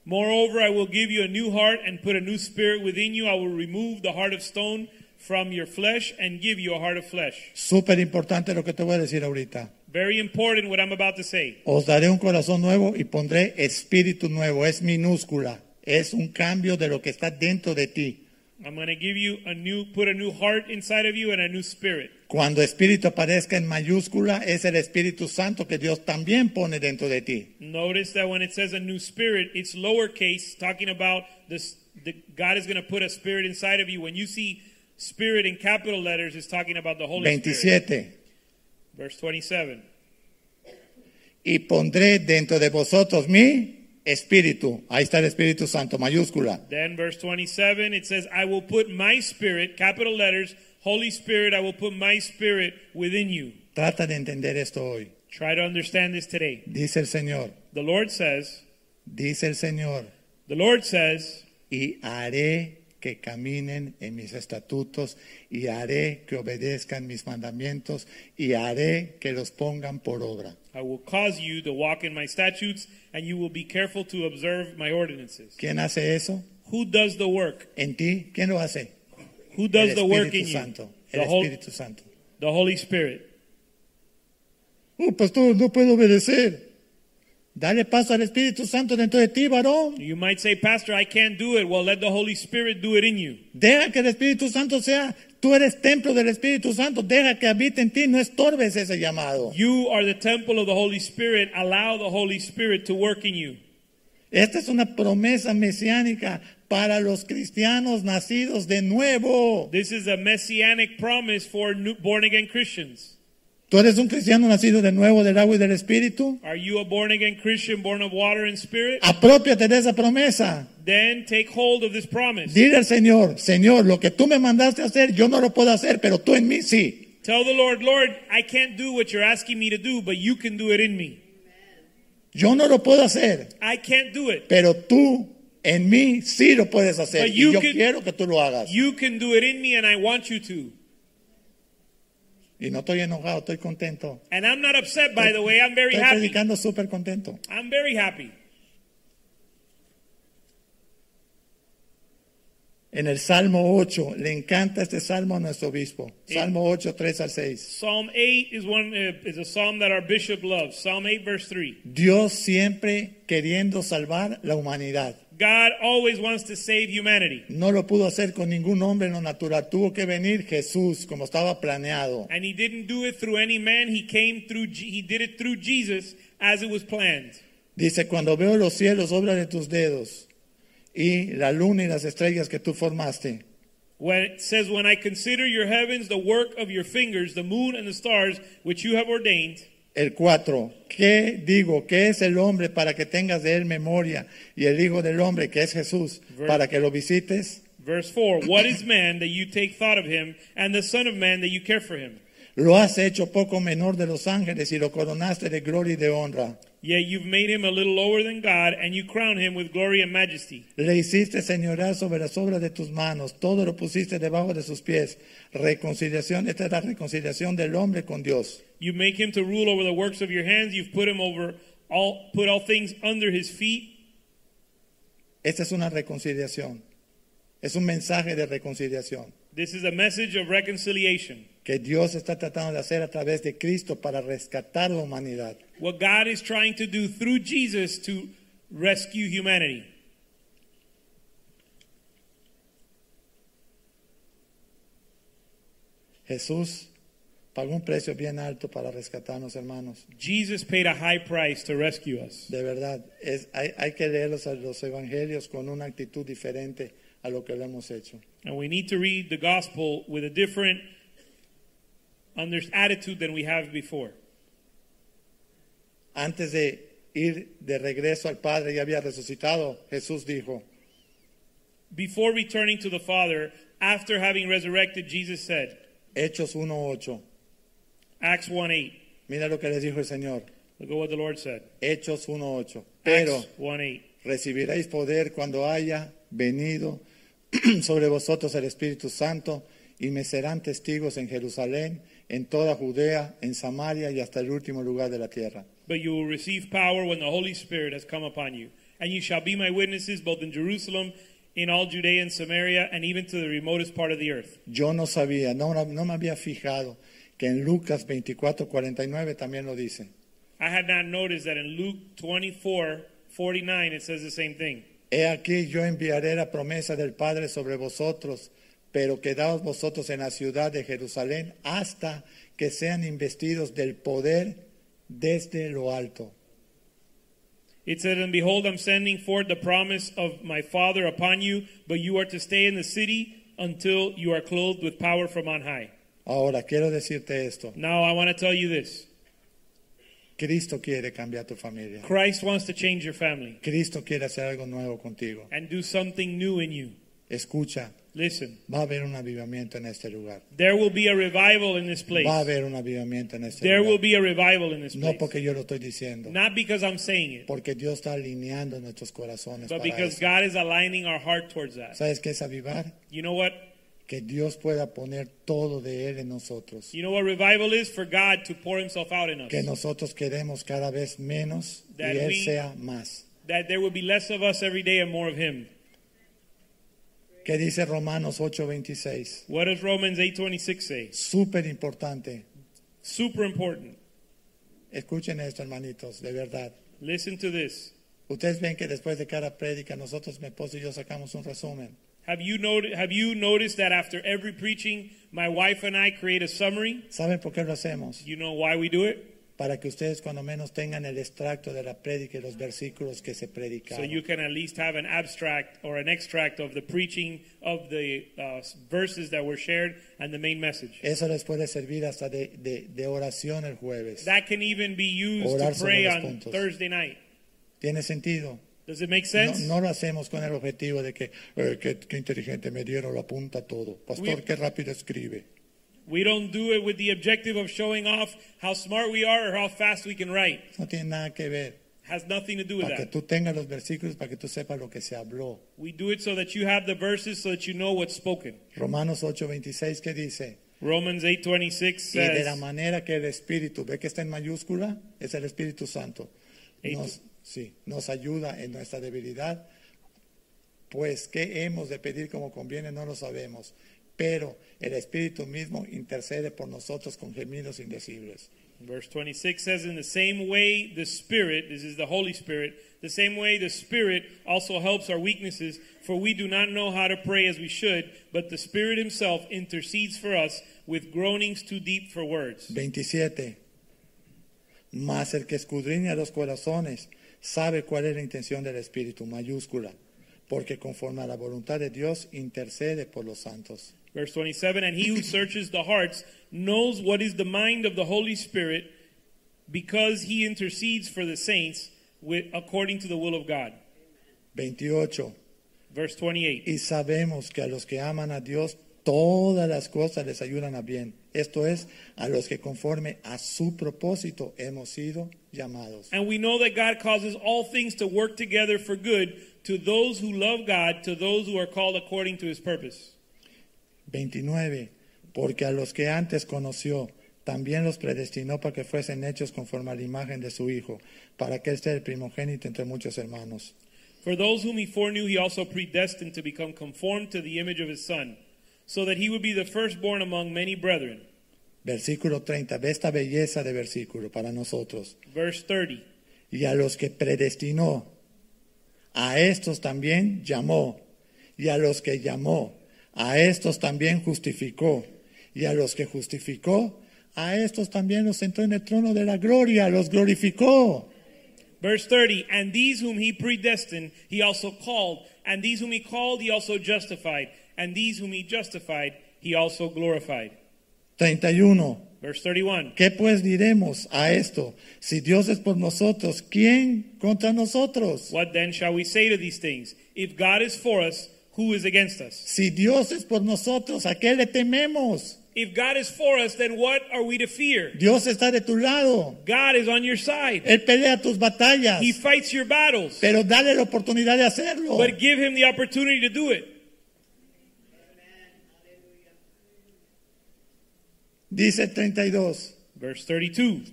C: Moreover, I will give you a new heart and put a new spirit within you. I will remove the heart of stone from your flesh and give you a heart of flesh.
B: Súper importante lo que te voy a decir ahorita.
C: Very important what I'm about to say.
B: Os daré un corazón nuevo y pondré espíritu nuevo. Es minúscula. Es un cambio de lo que está dentro de ti.
C: I'm going to give you a new, put a new heart inside of you and a new spirit.
B: Cuando espíritu aparezca en mayúscula, es el Espíritu Santo que Dios también pone dentro de ti.
C: Notice that when it says a new spirit, it's lowercase, talking about this. The, God is going to put a spirit inside of you. When you see spirit in capital letters, it's talking about the Holy Spirit.
B: 27.
C: Verse 27.
B: y pondré dentro de vosotros mi espíritu. Ahí está el Espíritu Santo, mayúscula.
C: Then, verse 27, it says, I will put my spirit, capital letters, Holy Spirit, I will put my spirit within you.
B: Trata de entender esto hoy.
C: Try to understand this today.
B: Dice el Señor,
C: The Lord says,
B: dice el Señor,
C: The Lord says,
B: y haré que caminen en mis estatutos y haré que obedezcan mis mandamientos y haré que los pongan por obra.
C: I will cause you to walk in my statutes, and you will be careful to observe my ordinances.
B: ¿Quién hace eso?
C: Who does the work?
B: ¿En ti? ¿Quién lo hace?
C: Who
B: El
C: does the work in
B: Espíritu
C: you?
B: Santo. El
C: The, Hol-
B: Espíritu Santo.
C: the Holy Spirit.
B: Oh, pastor, no puedo obedecer. Dale paso al Espíritu Santo dentro de ti, varón.
C: You might say, Pastor, I can't do it. Well, let the Holy Spirit do it in you.
B: Deja que el Espíritu Santo sea. Tú eres templo del Espíritu Santo. Deja que habite en ti. No estorbes ese llamado.
C: You are the temple of the Holy Spirit. Allow the Holy Spirit to work in you.
B: Esta es una promesa mesiánica para los cristianos nacidos de nuevo.
C: This is a messianic promise for new- born again Christians.
B: ¿Tú eres un cristiano nacido de nuevo del agua y del Espíritu?
C: Are you a born again Christian, born of water and spirit?
B: Apropiate de esa promesa.
C: Then take hold of this promise.
B: Dile al Señor, Señor, lo que tú me mandaste a hacer, yo no lo puedo hacer, pero tú en mí sí.
C: Tell the Lord, Lord, I can't do what you're asking me to do, but you can do it in me.
B: Yo no lo puedo hacer,
C: I can't do it.
B: pero tú en mí sí lo puedes hacer.
C: But
B: Y
C: you
B: yo
C: can-
B: quiero que tú lo hagas.
C: You can do it in me, and I want you to.
B: Y no estoy enojado, estoy contento.
C: And I'm not upset, by the way. I'm very
B: Estoy
C: happy.
B: predicando súper contento.
C: I'm very happy.
B: En el Salmo 8, le encanta este salmo a nuestro obispo. Salmo 8, 3 al 6.
C: Psalm 8 is one uh, is a psalm that our bishop loves. Psalm 8 verse 3.
B: Dios siempre queriendo salvar la humanidad.
C: God always wants to save humanity,
B: No lo pudo hacer con ningún hombre en lo natural. Tuvo que venir Jesús como estaba planeado.
C: and he didn't do it through any man. He came through Je- he did it through Jesus as it was planned.
B: Dice, cuando veo los cielos, obra de tus dedos, y la luna y las estrellas que tú formaste.
C: When it says when I consider your heavens the work of your fingers, the moon and the stars which you have ordained,
B: El 4. ¿Qué digo? ¿Qué es el hombre para que tengas de él memoria? Y el Hijo del Hombre, que es Jesús,
C: Ver-
B: para que lo visites.
C: verse 4, what is man that you take thought of him and the son of man that you care for him?
B: Lo has hecho poco menor de los ángeles y lo coronaste de gloria y de honra.
C: Yet you've made him a little lower than God and you crown him with glory and majesty.
B: Le hiciste señorar sobre las obras de tus manos, todo lo pusiste debajo de sus pies. Reconciliación, esta es la reconciliación del hombre con Dios.
C: You make him to rule over the works of your hands. You've put him over all, put all things under his feet.
B: Esta es una reconciliación. Es un mensaje de reconciliación
C: This is a message of reconciliation.
B: que Dios está tratando de hacer a través de Cristo para rescatar la humanidad.
C: What God is trying to do through Jesus to rescue humanity.
B: Jesús pagó un precio bien alto para rescatarnos, hermanos.
C: Jesus paid a high price to rescue us.
B: De verdad, es- hay, hay que leer los, los evangelios con una actitud diferente a lo que lo hemos hecho.
C: And we need to read the gospel with a different under- attitude than we have before.
B: Antes de ir de regreso al Padre y había resucitado, Jesús dijo,
C: Before returning to the Father, after having resurrected, Jesus said,
B: Hechos 1.8,
C: Acts 1 8.
B: mira lo que les dijo el Señor,
C: Look at what the Lord said.
B: Hechos 1.8, pero
C: Acts 1 8.
B: recibiréis poder cuando haya venido [clears throat] sobre vosotros el Espíritu Santo y me serán testigos en Jerusalén, en toda Judea, en Samaria y hasta el último lugar de la tierra.
C: But you will receive power when the Holy Spirit has come upon you. And you shall be my witnesses both in Jerusalem, in all Judea and Samaria, and even to the remotest part of the earth.
B: Yo no sabía, no, no me había fijado que en Lucas 24.49 también lo dice.
C: I had not noticed that in Luke 24 49, it says the same thing.
B: He aquí yo enviaré la promesa del Padre sobre vosotros, pero quedaos vosotros en la ciudad de Jerusalén hasta que sean investidos del poder desde lo alto.
C: It said, And behold, I'm sending forth the promise of my Father upon you, but you are to stay in the city until you are clothed with power from on high.
B: Ahora quiero decirte esto,
C: Now, I want to tell you this
B: Cristo quiere cambiar tu familia.
C: Christ wants to change your family
B: Cristo quiere hacer algo nuevo contigo.
C: and do something new in you.
B: Escucha,
C: Listen,
B: Va a haber un avivamiento en este lugar.
C: there will be a revival in this place.
B: Va a haber un avivamiento en este
C: There will
B: lugar.
C: be a revival in this
B: No
C: place.
B: porque yo lo estoy diciendo,
C: Not because I'm saying it,
B: porque Dios está alineando nuestros corazones.
C: but
B: Para
C: because
B: eso.
C: God is aligning our heart towards that.
B: ¿Sabes qué es avivar?
C: You know what?
B: Que Dios pueda poner todo de Él en nosotros.
C: You know what revival is? For God to pour himself out in us.
B: Que nosotros queremos cada vez menos y
C: That
B: Él
C: we-
B: sea más.
C: That there will be less of us every day and more of him.
B: ¿Qué dice Romanos 8:26?
C: What does Romans 8:26 say?
B: Súper importante.
C: Super important.
B: Escuchen esto, hermanitos, de verdad.
C: Listen to this.
B: Ustedes ven que después de cada prédica nosotros, mi esposo y yo sacamos un resumen.
C: Have you noted have you noticed that after every preaching, my wife and I create a summary?
B: ¿Saben por qué lo hacemos?
C: You know why we do it?
B: Para que ustedes cuando menos tengan el extracto de la prédica y los versículos que se
C: So
B: predicaron.
C: you can at least have an abstract or an extract of the preaching of the uh, verses that were shared and the main message.
B: Eso les puede servir hasta de, de- de oración el jueves.
C: That can even be used
B: Orar
C: to
B: sobre
C: pray
B: los
C: on
B: puntos.
C: Thursday night.
B: ¿Tiene sentido?
C: Does it make
B: No,
C: sense?
B: no lo hacemos con el objetivo de que, eh, qué, qué inteligente, me dieron, lo apunta todo. Pastor,
C: We-
B: qué rápido escribe.
C: We don't do it with the objective of showing off how smart we are or how fast we can write.
B: No tiene nada que ver.
C: Has nothing to do with
B: Para que
C: that.
B: tú tengas los versículos, para que tú sepas lo que se habló.
C: We do it so that you have the verses so that you know what's spoken.
B: Romanos 8:26 que dice,
C: Romans 8:26
B: y de la
C: says
B: manera que el Espíritu, ve que está en mayúscula, es el Espíritu Santo,
C: Eight.
B: nos, sí, nos ayuda en nuestra debilidad, pues qué hemos de pedir como conviene, no lo sabemos, pero el Espíritu mismo intercede por nosotros con gemidos indecibles.
C: verse 26 says in the same way the spirit this is the holy spirit the same way the spirit also helps our weaknesses for we do not know how to pray as we should but the spirit himself intercedes for us with groanings too deep for words.
B: 27. Mas el que escudriña los corazones sabe cuál es la intención del Espíritu, mayúscula, porque conforme a la voluntad de Dios intercede por los santos.
C: Verse 27 And he who searches the hearts knows what is the mind of the Holy Spirit because he intercedes for the saints with, according to the will of God.
B: 28.
C: Verse 28
B: Y sabemos que a los que aman a Dios todas las cosas les ayudan a bien. Esto es, a los que conforme a su propósito hemos sido llamados.
C: And we know that God causes all things to work together for good to those who love God, to those who are called according to his purpose.
B: 29. Porque a los que antes conoció, también los predestinó para que fuesen hechos conforme a la imagen de su Hijo, para que él sea el primogénito entre muchos hermanos.
C: For those whom he foreknew, he also predestined to become conformed to the image of his Son, so that he would be the firstborn among many brethren.
B: Versículo 30. Ve esta belleza de versículo para nosotros.
C: Verse 30.
B: Y a los que predestinó, a estos también llamó. Y a los que llamó, a estos también justificó. Y a los que justificó, a estos también los sentó en el trono de la gloria, los glorificó.
C: Verse 30 And these whom he predestined, he also called. And these whom he called, he also justified. And these whom he justified, he also glorified.
B: 31.
C: Verse 31
B: ¿Qué pues diremos a esto? Si Dios es por nosotros, ¿quién contra nosotros?
C: What then shall we say to these things? If God is for us, who is against us?
B: Si Dios es por nosotros, ¿a qué le tememos?
C: If God is for us, then what are we to fear?
B: Dios está de tu lado.
C: God is on your side,
B: Él pelea tus batallas.
C: He fights your battles.
B: Pero dale la oportunidad de hacerlo.
C: But give Him the opportunity to do it.
B: Dice el 32.
C: Verse 32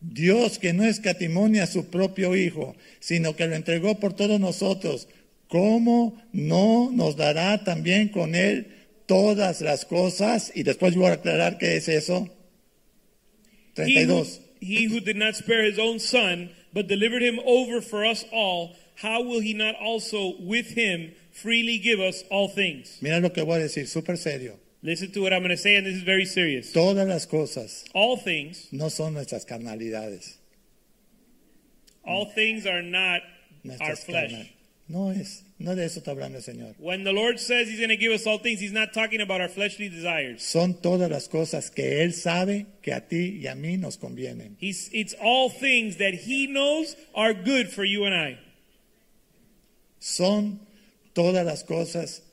B: Dios que no escatimonia a su propio Hijo, sino que lo entregó por todos nosotros, ¿cómo no nos dará también con Él todas las cosas? Y después voy a aclarar qué es eso.
C: he who,
B: 32.
C: he who did not spare His own Son, but delivered Him over for us all, how will He not also with Him freely give us all things?
B: Mira lo que voy a decir, súper serio.
C: Listen to what I'm going to say, and this is very serious.
B: Todas las cosas
C: All things,
B: no son nuestras carnalidades.
C: all things are not our
B: Nuestras
C: flesh.
B: carnal- No es, no de eso está hablando el Señor.
C: When the Lord says He's going to give us all things, He's not talking about our fleshly desires.
B: Son todas las cosas que Él sabe que a ti y a mí nos convienen.
C: He's, it's all things that He knows are good for you and I.
B: Son todas las cosas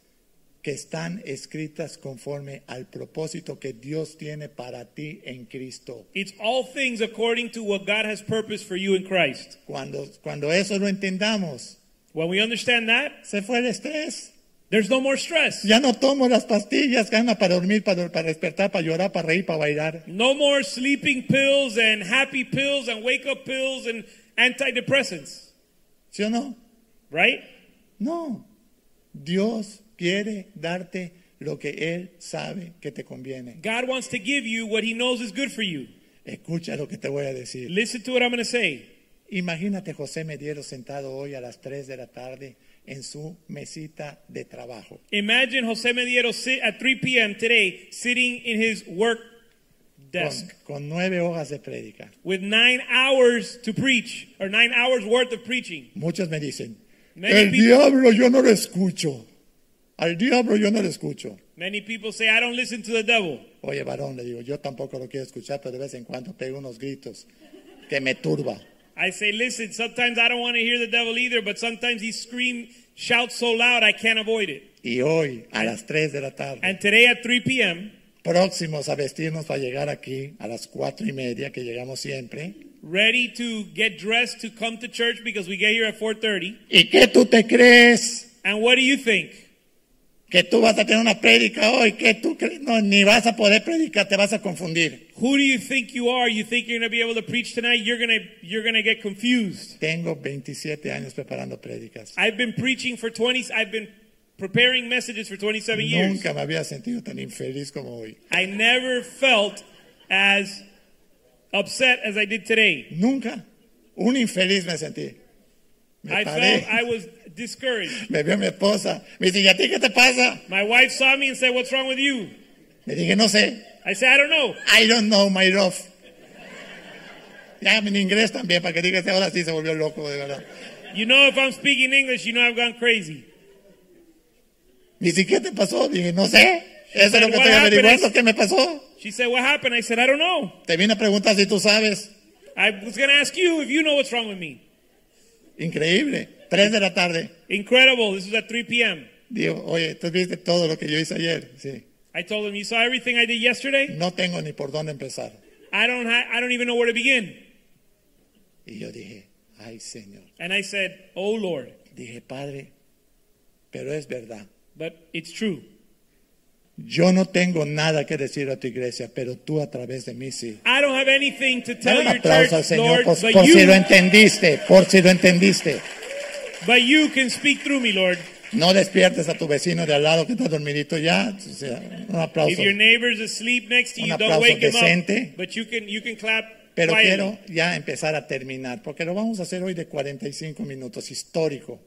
B: que están escritas conforme al propósito que Dios tiene para ti en Cristo.
C: It's all things according to what God has purposed for you in Christ.
B: Cuando, cuando eso lo entendamos,
C: When we understand that,
B: se fue el estrés.
C: there's no more stress.
B: Ya no tomo las pastillas, gana para dormir, para, para despertar, para llorar, para reír, para bailar.
C: No more sleeping pills and happy pills and wake up pills and antidepressants,
B: ¿Sí o no?
C: right?
B: No. Dios quiere darte lo que Él sabe que te conviene.
C: God wants to give you what he knows is good for you.
B: Escucha lo que te voy a decir.
C: Listen to what I'm going to say.
B: Imagínate José Mediero sentado hoy a las 3 de la tarde en su mesita de trabajo.
C: Imagine Jose Mediero sit at 3 p.m. today sitting in his work desk
B: Con, con nueve hojas de prédica.
C: with nine hours to preach or nine hours worth of preaching.
B: Muchos me dicen,
C: Many
B: el
C: people-
B: diablo yo no lo escucho. Al diablo yo no lo escucho.
C: Many people say, I don't listen to the devil.
B: Oye, varón, le digo, yo tampoco lo quiero escuchar, pero de vez en cuando pego unos gritos que me turba.
C: I say, listen, sometimes I don't want to hear the devil either, but sometimes he scream, shouts so loud I can't avoid it.
B: Y hoy, a las 3 de la tarde,
C: And today at 3 p.m.,
B: próximos a vestirnos para llegar aquí a las cuatro y media, que llegamos siempre.
C: ready to get dressed to come to church because we get here at 4.30.
B: ¿Y qué tú te crees?
C: And what do you think?
B: que tú vas a tener una prédica hoy, que tú cre- no, ni vas a poder predicar, te vas a confundir.
C: Who do you think you are? You think you're going to be able to preach tonight? You're going to you're going to get confused.
B: Tengo 27 años preparando prédicas.
C: I've been preaching for 20 I've been preparing messages for 27 years.
B: Nunca me había sentido tan infeliz como hoy.
C: I never felt as upset as I did today.
B: Nunca. Un infeliz me sentí. Me
C: I
B: paré.
C: felt I was discouraged.
B: Me vio mi esposa. Me dice, ¿y a ti qué te pasa?
C: My wife saw me and said, "What's wrong with you?"
B: Le dije, no sé.
C: I said, "I don't know."
B: I don't know my love. Ya en inglés también, para que digas, ahora sí se volvió loco, de verdad.
C: You know if I'm speaking English, you know I've gone crazy.
B: Me dice, ¿qué te pasó? Dije, no sé. Eso es lo
C: And
B: que
C: what
B: estoy
C: happened
B: averiguando,
C: is-
B: ¿qué me pasó?
C: She said, "What happened?" I said, "I don't know."
B: Te vine a preguntar si tú sabes.
C: I was going to ask you if you know what's wrong with me.
B: Increíble. 3 de la tarde.
C: Incredible. This was at 3 p.m.
B: Digo, oye, tú viste todo lo que yo hice ayer. Sí.
C: I told him, "You saw everything I did yesterday.
B: No tengo ni por dónde empezar.
C: I don't. Ha- I don't even know where to begin."
B: Y yo dije, ay Señor.
C: And I said, "Oh Lord,
B: Dije, Padre, pero es verdad.
C: but it's true.
B: Yo no tengo nada que decir a tu iglesia, pero tú a través de mí sí.
C: I don't have anything to tell
B: Dale un
C: your
B: aplauso al
C: church,
B: Señor
C: Lord,
B: por,
C: but
B: por si lo
C: you,
B: entendiste, por si lo entendiste.
C: but you can speak through me, Lord.
B: No despiertes a tu vecino de al lado que está dormidito ya. O sea, un
C: If
B: aplauso.
C: your neighbor's asleep next to
B: Un
C: you, don't
B: aplauso
C: wake him
B: decente.
C: up. But you can, you can clap
B: Pero
C: quietly.
B: quiero ya empezar a terminar, porque lo vamos a hacer hoy de 45 minutos, histórico.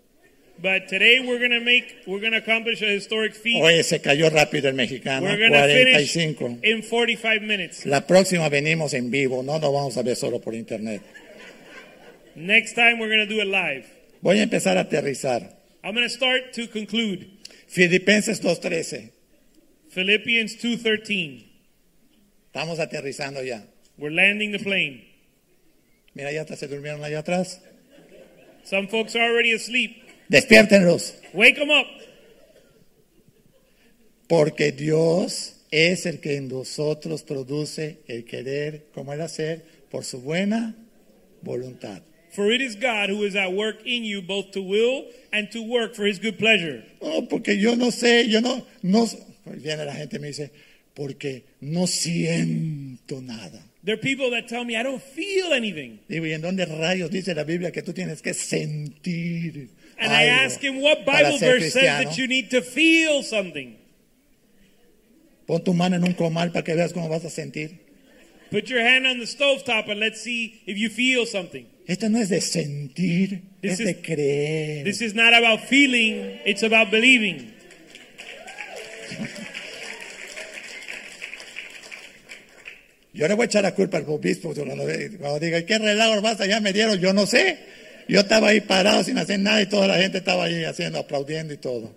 C: But today we're gonna make, we're gonna accomplish a historic feat.
B: Oye, se cayó rápido el mexicano,
C: We're gonna finish
B: 45.
C: in 45 minutes.
B: La próxima venimos en vivo, no nos vamos a ver solo por internet.
C: Next time we're gonna do it live.
B: Voy a empezar a aterrizar.
C: I'm gonna start to conclude.
B: Filipenses 2.13,
C: Philippians 2:13.
B: estamos aterrizando ya.
C: We're landing the plane.
B: Mira, ya hasta se durmieron allá atrás.
C: Some folks are already asleep.
B: Despiértenlos,
C: Wake them up.
B: porque Dios es el que en nosotros produce el querer como el hacer por su buena voluntad.
C: For it is God who is at work in you both to will and to work for his good pleasure.
B: No, porque yo no sé, yo no, no. Viene la gente y me dice, porque no siento nada.
C: There are people that tell me I don't feel anything.
B: Digo, ¿y en dónde rayos dice la Biblia que tú tienes que sentir?
C: And I
B: algo
C: ask him what
B: para
C: Bible
B: ser
C: verse says
B: cristiano?
C: that you need to feel something.
B: Pon tu mano en un comal para que veas cómo vas a sentir.
C: Put your hand on the stovetop and let's see if you feel something.
B: Esto no es de sentir,
C: This
B: es
C: is-
B: de creer.
C: This is not about feeling, it's about believing.
B: Yo le voy a echar la culpa al obispo cuando, cuando diga, ¿qué relajo vas allá me dieron? Yo no sé. Yo estaba ahí parado sin hacer nada y toda la gente estaba ahí haciendo, aplaudiendo y todo.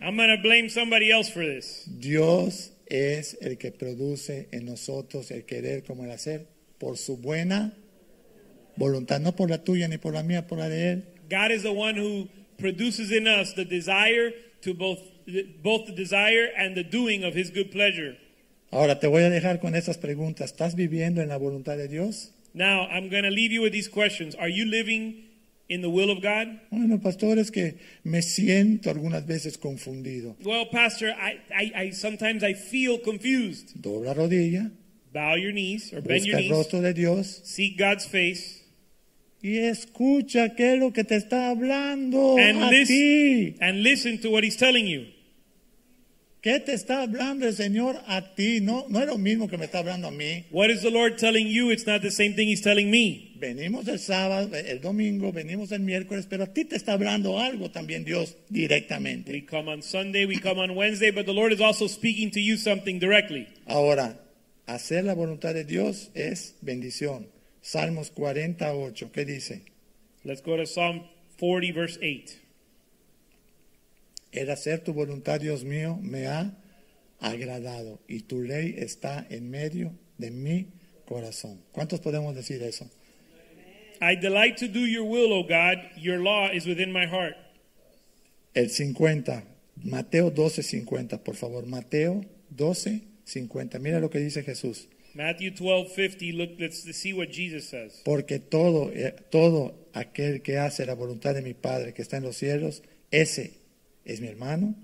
C: I'm going to blame somebody else for this.
B: Dios es el que produce en nosotros el querer como el hacer por su buena voluntad, no por la tuya ni por la mía, por la de Él.
C: God is the one who produces in us the desire to both, both the desire and the doing of his good pleasure.
B: Ahora te voy a dejar con esas preguntas. ¿Estás viviendo en la voluntad de Dios?
C: Now, I'm going to leave you with these questions. Are you living in the will of God?
B: Bueno, pastor, es que me siento algunas veces confundido.
C: Well, Pastor, I, I, I sometimes I feel confused.
B: Dobla rodilla,
C: Bow your knees or bend
B: busca
C: your
B: el
C: knees.
B: rostro de Dios
C: Seek God's face
B: y escucha qué es lo que te está hablando
C: and,
B: a
C: lis-
B: ti.
C: and listen to what he's telling you.
B: ¿Qué te está hablando el Señor a ti? No, no es lo mismo que me está hablando a mí.
C: What is the Lord telling you? It's not the same thing he's telling me.
B: Venimos el sábado, el domingo, venimos el miércoles, pero a ti te está hablando algo también Dios
C: We
B: directamente.
C: come on Sunday, we come on Wednesday, but the Lord is also speaking to you something directly.
B: Ahora, hacer la voluntad de Dios es bendición. Salmos 48, ¿qué dice?
C: Let's go to Psalm 40, verse 8.
B: El hacer tu voluntad, Dios mío, me ha agradado y tu ley está en medio de mi corazón. ¿Cuántos podemos decir eso?
C: I delight to do your will, O God. Your law is within my heart.
B: El 50, Mateo 12, 50, por favor. Mateo 12, 50. Mira lo que dice Jesús.
C: Matthew 12, 50. Look, let's see what Jesus says.
B: Porque todo, eh, todo aquel que hace la voluntad de mi Padre que está en los cielos, ese es mi hermano,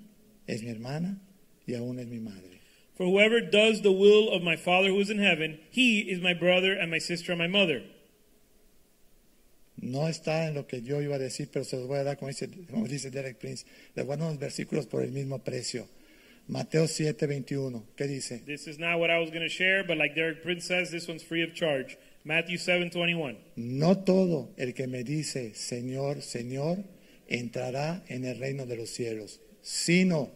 B: es mi hermana y aún es mi madre.
C: For whoever does the will of my Father who is in heaven, he is my brother and my sister and my mother.
B: No está en lo que yo iba a decir, pero se los voy a dar, como dice, como dice Derek Prince, les voy a dar unos versículos por el mismo precio. Mateo 7, 21, ¿qué dice?
C: This is not what I was going to share, but like Derek Prince says, this one's free of charge. Matthew 7, 21.
B: No todo el que me dice, Señor, Señor, entrará en el reino de los cielos, sino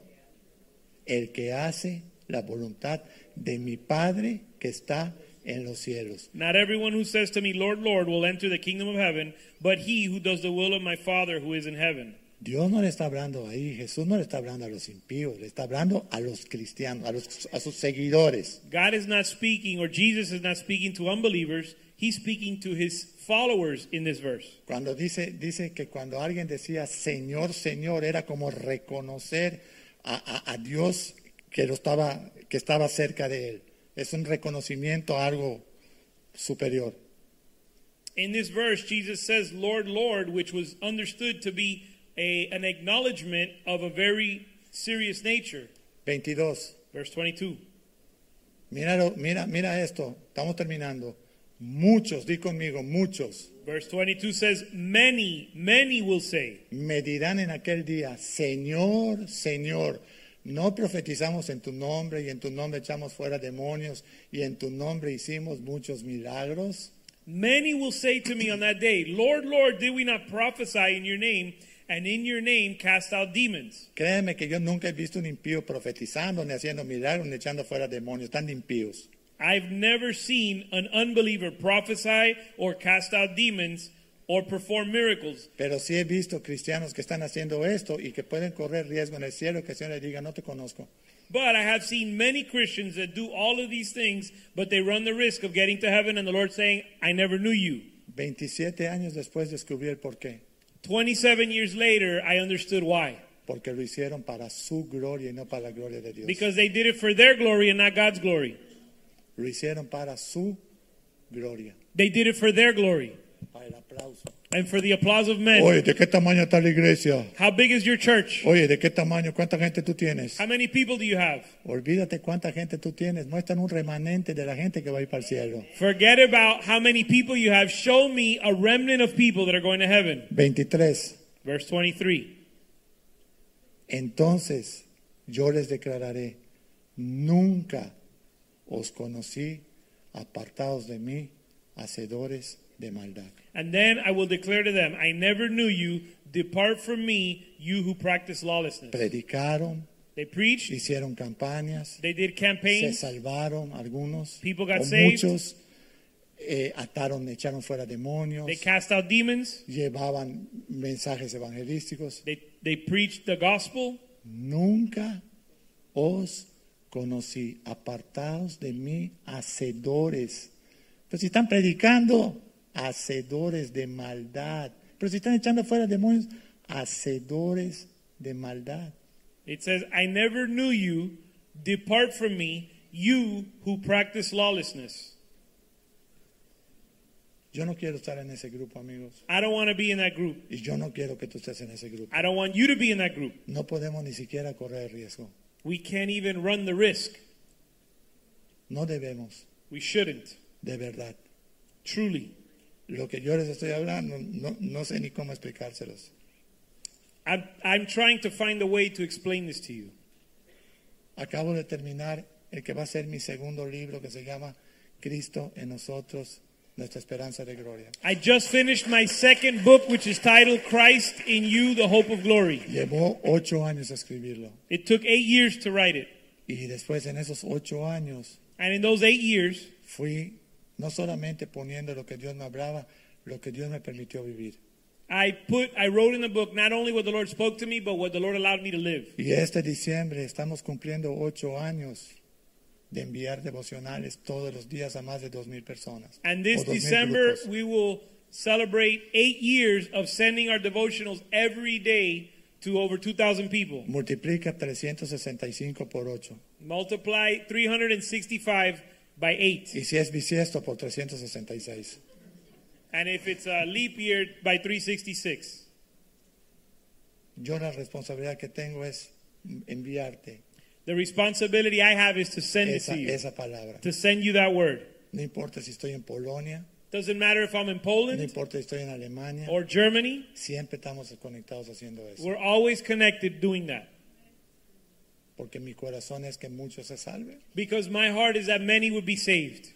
B: el que hace la voluntad de mi Padre que está en los cielos.
C: Not everyone who says to me, Lord, Lord, will enter the kingdom of heaven, but he who does the will of my Father who is in heaven.
B: Dios no le está hablando ahí, Jesús no le está hablando a los impíos, le está hablando a los cristianos, a, los, a sus seguidores.
C: God is not speaking, or Jesus is not speaking to unbelievers. He's speaking to his followers in this verse.
B: Cuando dice, dice que cuando alguien decía Señor, Señor, era como reconocer a, a- a Dios que, lo estaba, que estaba cerca de él. Es un reconocimiento a algo superior.
C: In this verse, Jesus says, Lord, Lord, which was understood to be a, an acknowledgement of a very serious nature.
B: 22.
C: Verse 22.
B: Míralo, mira, mira esto. Estamos terminando. Muchos, di conmigo, muchos
C: Verse 22 says, Many, many will say,
B: me dirán en aquel día, Señor, Señor, no profetizamos en tu nombre y en tu nombre echamos fuera demonios y en tu nombre hicimos muchos milagros.
C: Many will say to me on that day, Lord, Lord, did we not prophesy in your name and in your name cast out demons?
B: Créeme que yo nunca he visto un impío profetizando, ni haciendo milagros, ni echando fuera demonios. Están de impíos.
C: I've never seen an unbeliever prophesy or cast out demons or perform miracles.
B: Pero sí he visto cristianos que están haciendo esto y que pueden correr riesgo en el cielo que el Señor les diga, no te conozco.
C: But I have seen many Christians that do all of these things, but they run the risk of getting to heaven and the Lord saying, I never knew you.
B: 27 años después descubrí el por qué.
C: 27 years later, I understood why.
B: Porque lo hicieron para su gloria y no para la gloria de Dios.
C: Because they did it for their glory and not God's glory.
B: Lo hicieron para su gloria.
C: They did it for their glory
B: Para el aplauso.
C: and for the applause of men.
B: Oye, ¿de qué tamaño está la iglesia?
C: How big is your church?
B: Oye, ¿de qué tamaño? ¿Cuánta gente tú tienes?
C: How many people do you have?
B: Olvídate cuánta gente tú tienes. Muestran un remanente de la gente que va a ir para el cielo.
C: Forget about how many people you have. Show me a remnant of people that are going to heaven.
B: 23.
C: Verse 23.
B: Entonces yo les declararé, nunca os conocí apartados de mí, hacedores de maldad.
C: And then I will declare to them, I never knew you. Depart from me, you who practice lawlessness.
B: Predicaron,
C: They preached,
B: hicieron campañas,
C: they did
B: se
C: campaigns,
B: salvaron algunos,
C: People got
B: o
C: saved.
B: muchos, eh, ataron, echaron fuera demonios,
C: they cast out demons,
B: llevaban mensajes evangelísticos.
C: they, they preached the gospel.
B: Nunca os conocí, apartados de mí, hacedores. Pero si están predicando, hacedores de maldad. Pero si están echando fuera demonios, hacedores de maldad.
C: It says, I never knew you. Depart from me, you who practice lawlessness.
B: Yo no quiero estar en ese grupo, amigos.
C: I don't want to be in that group.
B: Y yo no quiero que tú estés en ese grupo.
C: I don't want you to be in that group.
B: No podemos ni siquiera correr riesgo.
C: We can't even run the risk.
B: No debemos,
C: We shouldn't.
B: de verdad.
C: Truly.
B: Lo que yo les estoy hablando, no, no sé ni cómo explicárselos.
C: I'm, I'm trying to find a way to explain this to you.
B: Acabo de terminar el que va a ser mi segundo libro que se llama Cristo en nosotros, nuestra esperanza de gloria.
C: I just finished my second book, which is titled Christ in You, the Hope of Glory.
B: Llevó ocho años escribirlo.
C: It took eight years to write it.
B: Y después en esos ocho años
C: And in those eight years,
B: fui no solamente poniendo lo que Dios me hablaba, lo que Dios me permitió vivir.
C: I put, I wrote in the book not only what the Lord spoke to me, but what the Lord allowed me to live.
B: Y este diciembre estamos cumpliendo ocho años de enviar devocionales todos los días a más de dos mil personas.
C: And this
B: o 2,000
C: December,
B: grupos.
C: we will celebrate eight years of sending our devotionals every day to over 2,000 people.
B: multiplica 365 por 8.
C: Multiply 365 by 8.
B: Y si es bisiesto, por 366.
C: And if it's a leap year, by 366.
B: Yo la responsabilidad que tengo es enviarte
C: The responsibility I have is to send it
B: esa,
C: to you,
B: esa palabra.
C: to send you that word.
B: No importa si estoy en Polonia,
C: Doesn't matter if I'm in
B: no
C: Poland
B: importa si estoy en Alemania,
C: or Germany,
B: siempre estamos conectados haciendo eso.
C: we're always connected doing that.
B: Porque mi corazón es que muchos se salven.
C: Because my heart is that many would be saved.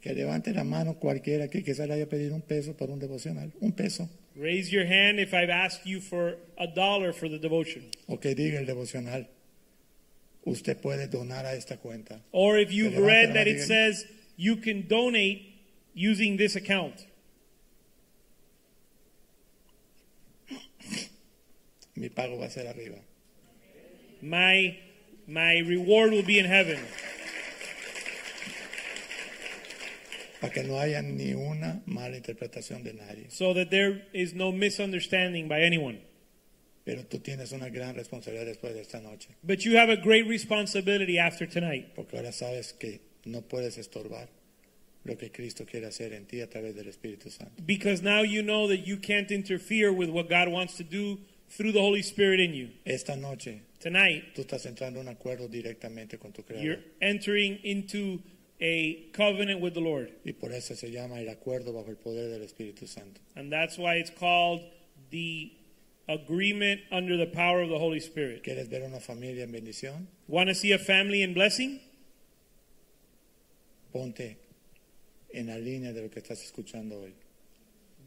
B: Que levante la mano cualquiera que quizás le haya pedido un peso para un devocional. Un peso.
C: Raise your hand if I've asked you for a dollar for the devotion.
B: O que diga el devocional. Usted puede donar a esta cuenta.
C: Or if you've
B: Levante la
C: read
B: mano,
C: that it
B: digan.
C: says you can donate using this account.
B: Mi pago va a ser arriba.
C: My my reward will be in heaven.
B: Para que no haya ni una mala interpretación de nadie.
C: So that there is no misunderstanding by anyone.
B: Pero tú tienes una gran responsabilidad después de esta noche.
C: But you have a great responsibility after tonight.
B: Porque ahora sabes que no puedes estorbar lo que Cristo quiere hacer en ti a través del Espíritu Santo.
C: Because now you know that you can't interfere with what God wants to do through the Holy Spirit in you.
B: Esta noche
C: Tonight,
B: tú estás entrando en un acuerdo directamente con tu
C: you're
B: Creador.
C: entering into a covenant with the Lord.
B: Y por eso se llama el acuerdo bajo el poder del Espíritu Santo.
C: And that's why it's called the agreement under the power of the Holy Spirit.
B: ¿Quieres ver una familia en bendición?
C: Want to see a family in blessing?
B: Ponte en la línea de lo que estás escuchando hoy.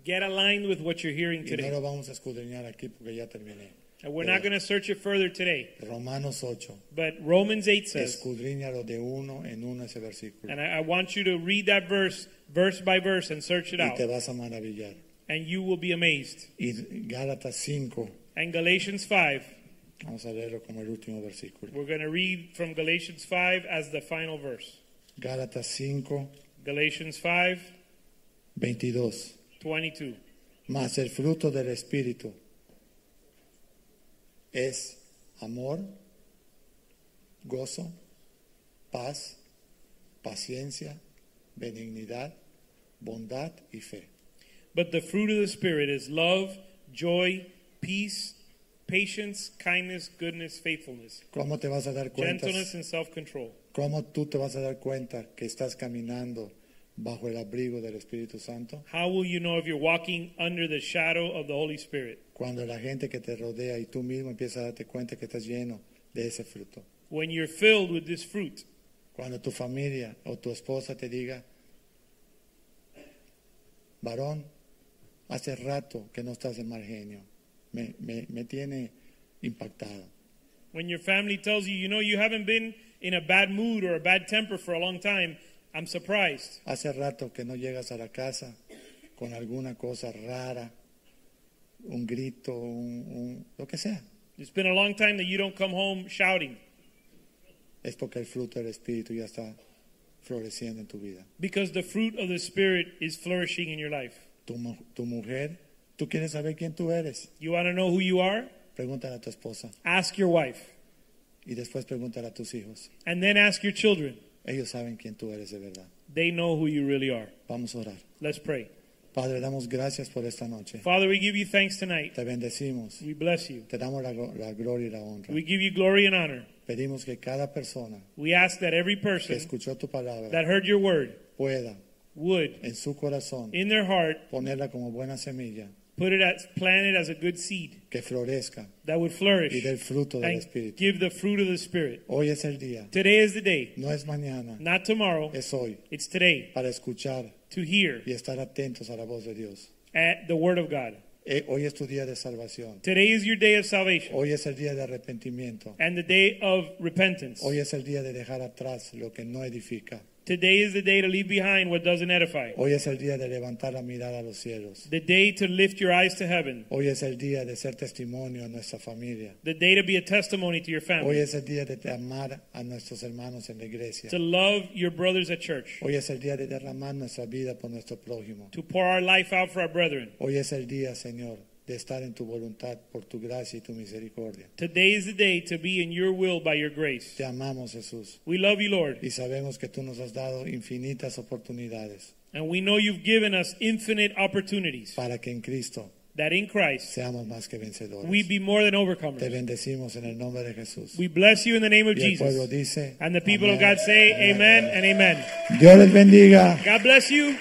C: Get aligned with what you're hearing
B: Y no
C: today.
B: lo vamos a escudriñar aquí porque ya terminé.
C: And we're not going to search it further today.
B: Romanos 8.
C: But Romans 8 says,
B: Escudriñalo de uno en uno ese versículo.
C: and I, I want you to read that verse, verse by verse, and search it
B: Y
C: out.
B: te vas a maravillar.
C: And you will be amazed.
B: Y Gálatas 5.
C: And Galatians 5.
B: Vamos a leerlo como el último versículo.
C: We're going to read from Galatians 5 as the final verse.
B: Gálatas 5,
C: Galatians 5
B: 22.
C: 22.
B: Mas el fruto del Espíritu es amor, gozo, paz, paciencia, benignidad, bondad y fe.
C: But the fruit of the Spirit is love, joy, peace, patience, kindness, goodness, faithfulness,
B: ¿Cómo te vas a dar cuenta?
C: gentleness, and self control.
B: ¿Cómo tú te vas a dar cuenta que estás caminando bajo el abrigo del Espíritu Santo?
C: How will you know if you're walking under the shadow of the Holy Spirit?
B: Cuando la gente que te rodea y tú mismo empiezas a darte cuenta que estás lleno de ese fruto.
C: When you're filled with this fruit,
B: Cuando tu familia o tu esposa te diga, varón, hace rato que no estás de mal genio, me, me- me tiene impactado.
C: when your family tells you, you know, you haven't been in a bad mood or a bad temper for a long time, I'm surprised.
B: Hace rato que no llegas a la casa con alguna cosa rara, un grito, un- un- lo que sea.
C: It's been a long time that you don't come home shouting.
B: Es porque el fruto del Espíritu ya está floreciendo en tu vida.
C: Because the fruit of the Spirit is flourishing in your life.
B: Tu, mu- tu mujer, tú quieres saber quién tú eres.
C: You want to know who you are?
B: Pregúntale a tu esposa
C: Ask your wife.
B: y después pregúntale a tus hijos.
C: And then ask your children.
B: Ellos saben quién tú eres de verdad.
C: They know who you really are.
B: Vamos a orar.
C: Let's pray.
B: Padre, damos gracias por esta noche.
C: Father, we give you thanks tonight.
B: Te bendecimos.
C: We bless you.
B: Te damos la, glo- la gloria y la honra.
C: We give you glory and honor.
B: Pedimos que cada persona
C: We ask that every
B: que
C: person
B: escuchó tu palabra
C: that heard your word
B: pueda
C: would,
B: en su corazón
C: in their heart,
B: ponerla como buena semilla
C: put it as planted as a good seed
B: que florezca
C: that would flourish
B: y del fruto del
C: and
B: Espíritu.
C: give the fruit of the Spirit.
B: Hoy es el día,
C: Today is the day,
B: no es mañana,
C: not tomorrow.
B: es hoy,
C: It's today
B: para escuchar
C: to hear
B: y estar atentos a la voz de Dios.
C: at the word of God.
B: Eh, Hoy es tu día de salvación,
C: Today is your day of salvation
B: hoy es el día de arrepentimiento,
C: and the day of repentance.
B: hoy es el día de dejar atrás lo que no edifica,
C: Today is the day to leave behind what doesn't edify.
B: hoy es el día de levantar la mirada a los cielos,
C: The day to lift your eyes to heaven.
B: hoy es el día de ser testimonio a nuestra familia,
C: The day to be a testimony to your
B: hoy
C: family.
B: es el día de amar a nuestros hermanos en la iglesia,
C: To love your brothers at church.
B: hoy es el día de derramar nuestra vida por nuestro prójimo.
C: To pour our life out for our brethren.
B: Hoy es el día, Señor, de estar en tu voluntad por tu gracia y tu misericordia.
C: Today is the day to be in your will by your grace.
B: Te amamos, Jesús,
C: We love you, Lord.
B: y sabemos que tú nos has dado infinitas oportunidades
C: And we know you've given us infinite opportunities
B: para que en Cristo
C: that in Christ
B: seamos más que
C: we
B: vencedores.
C: be more than
B: Te
C: overcomers.
B: bendecimos en el nombre de Jesús.
C: We bless you in the name of
B: Y el pueblo
C: Jesus.
B: dice,
C: And the people of
B: amén,
C: God say,
B: amén,
C: Amen
B: amén.
C: and Amen.
B: Dios les bendiga.
C: God bless you.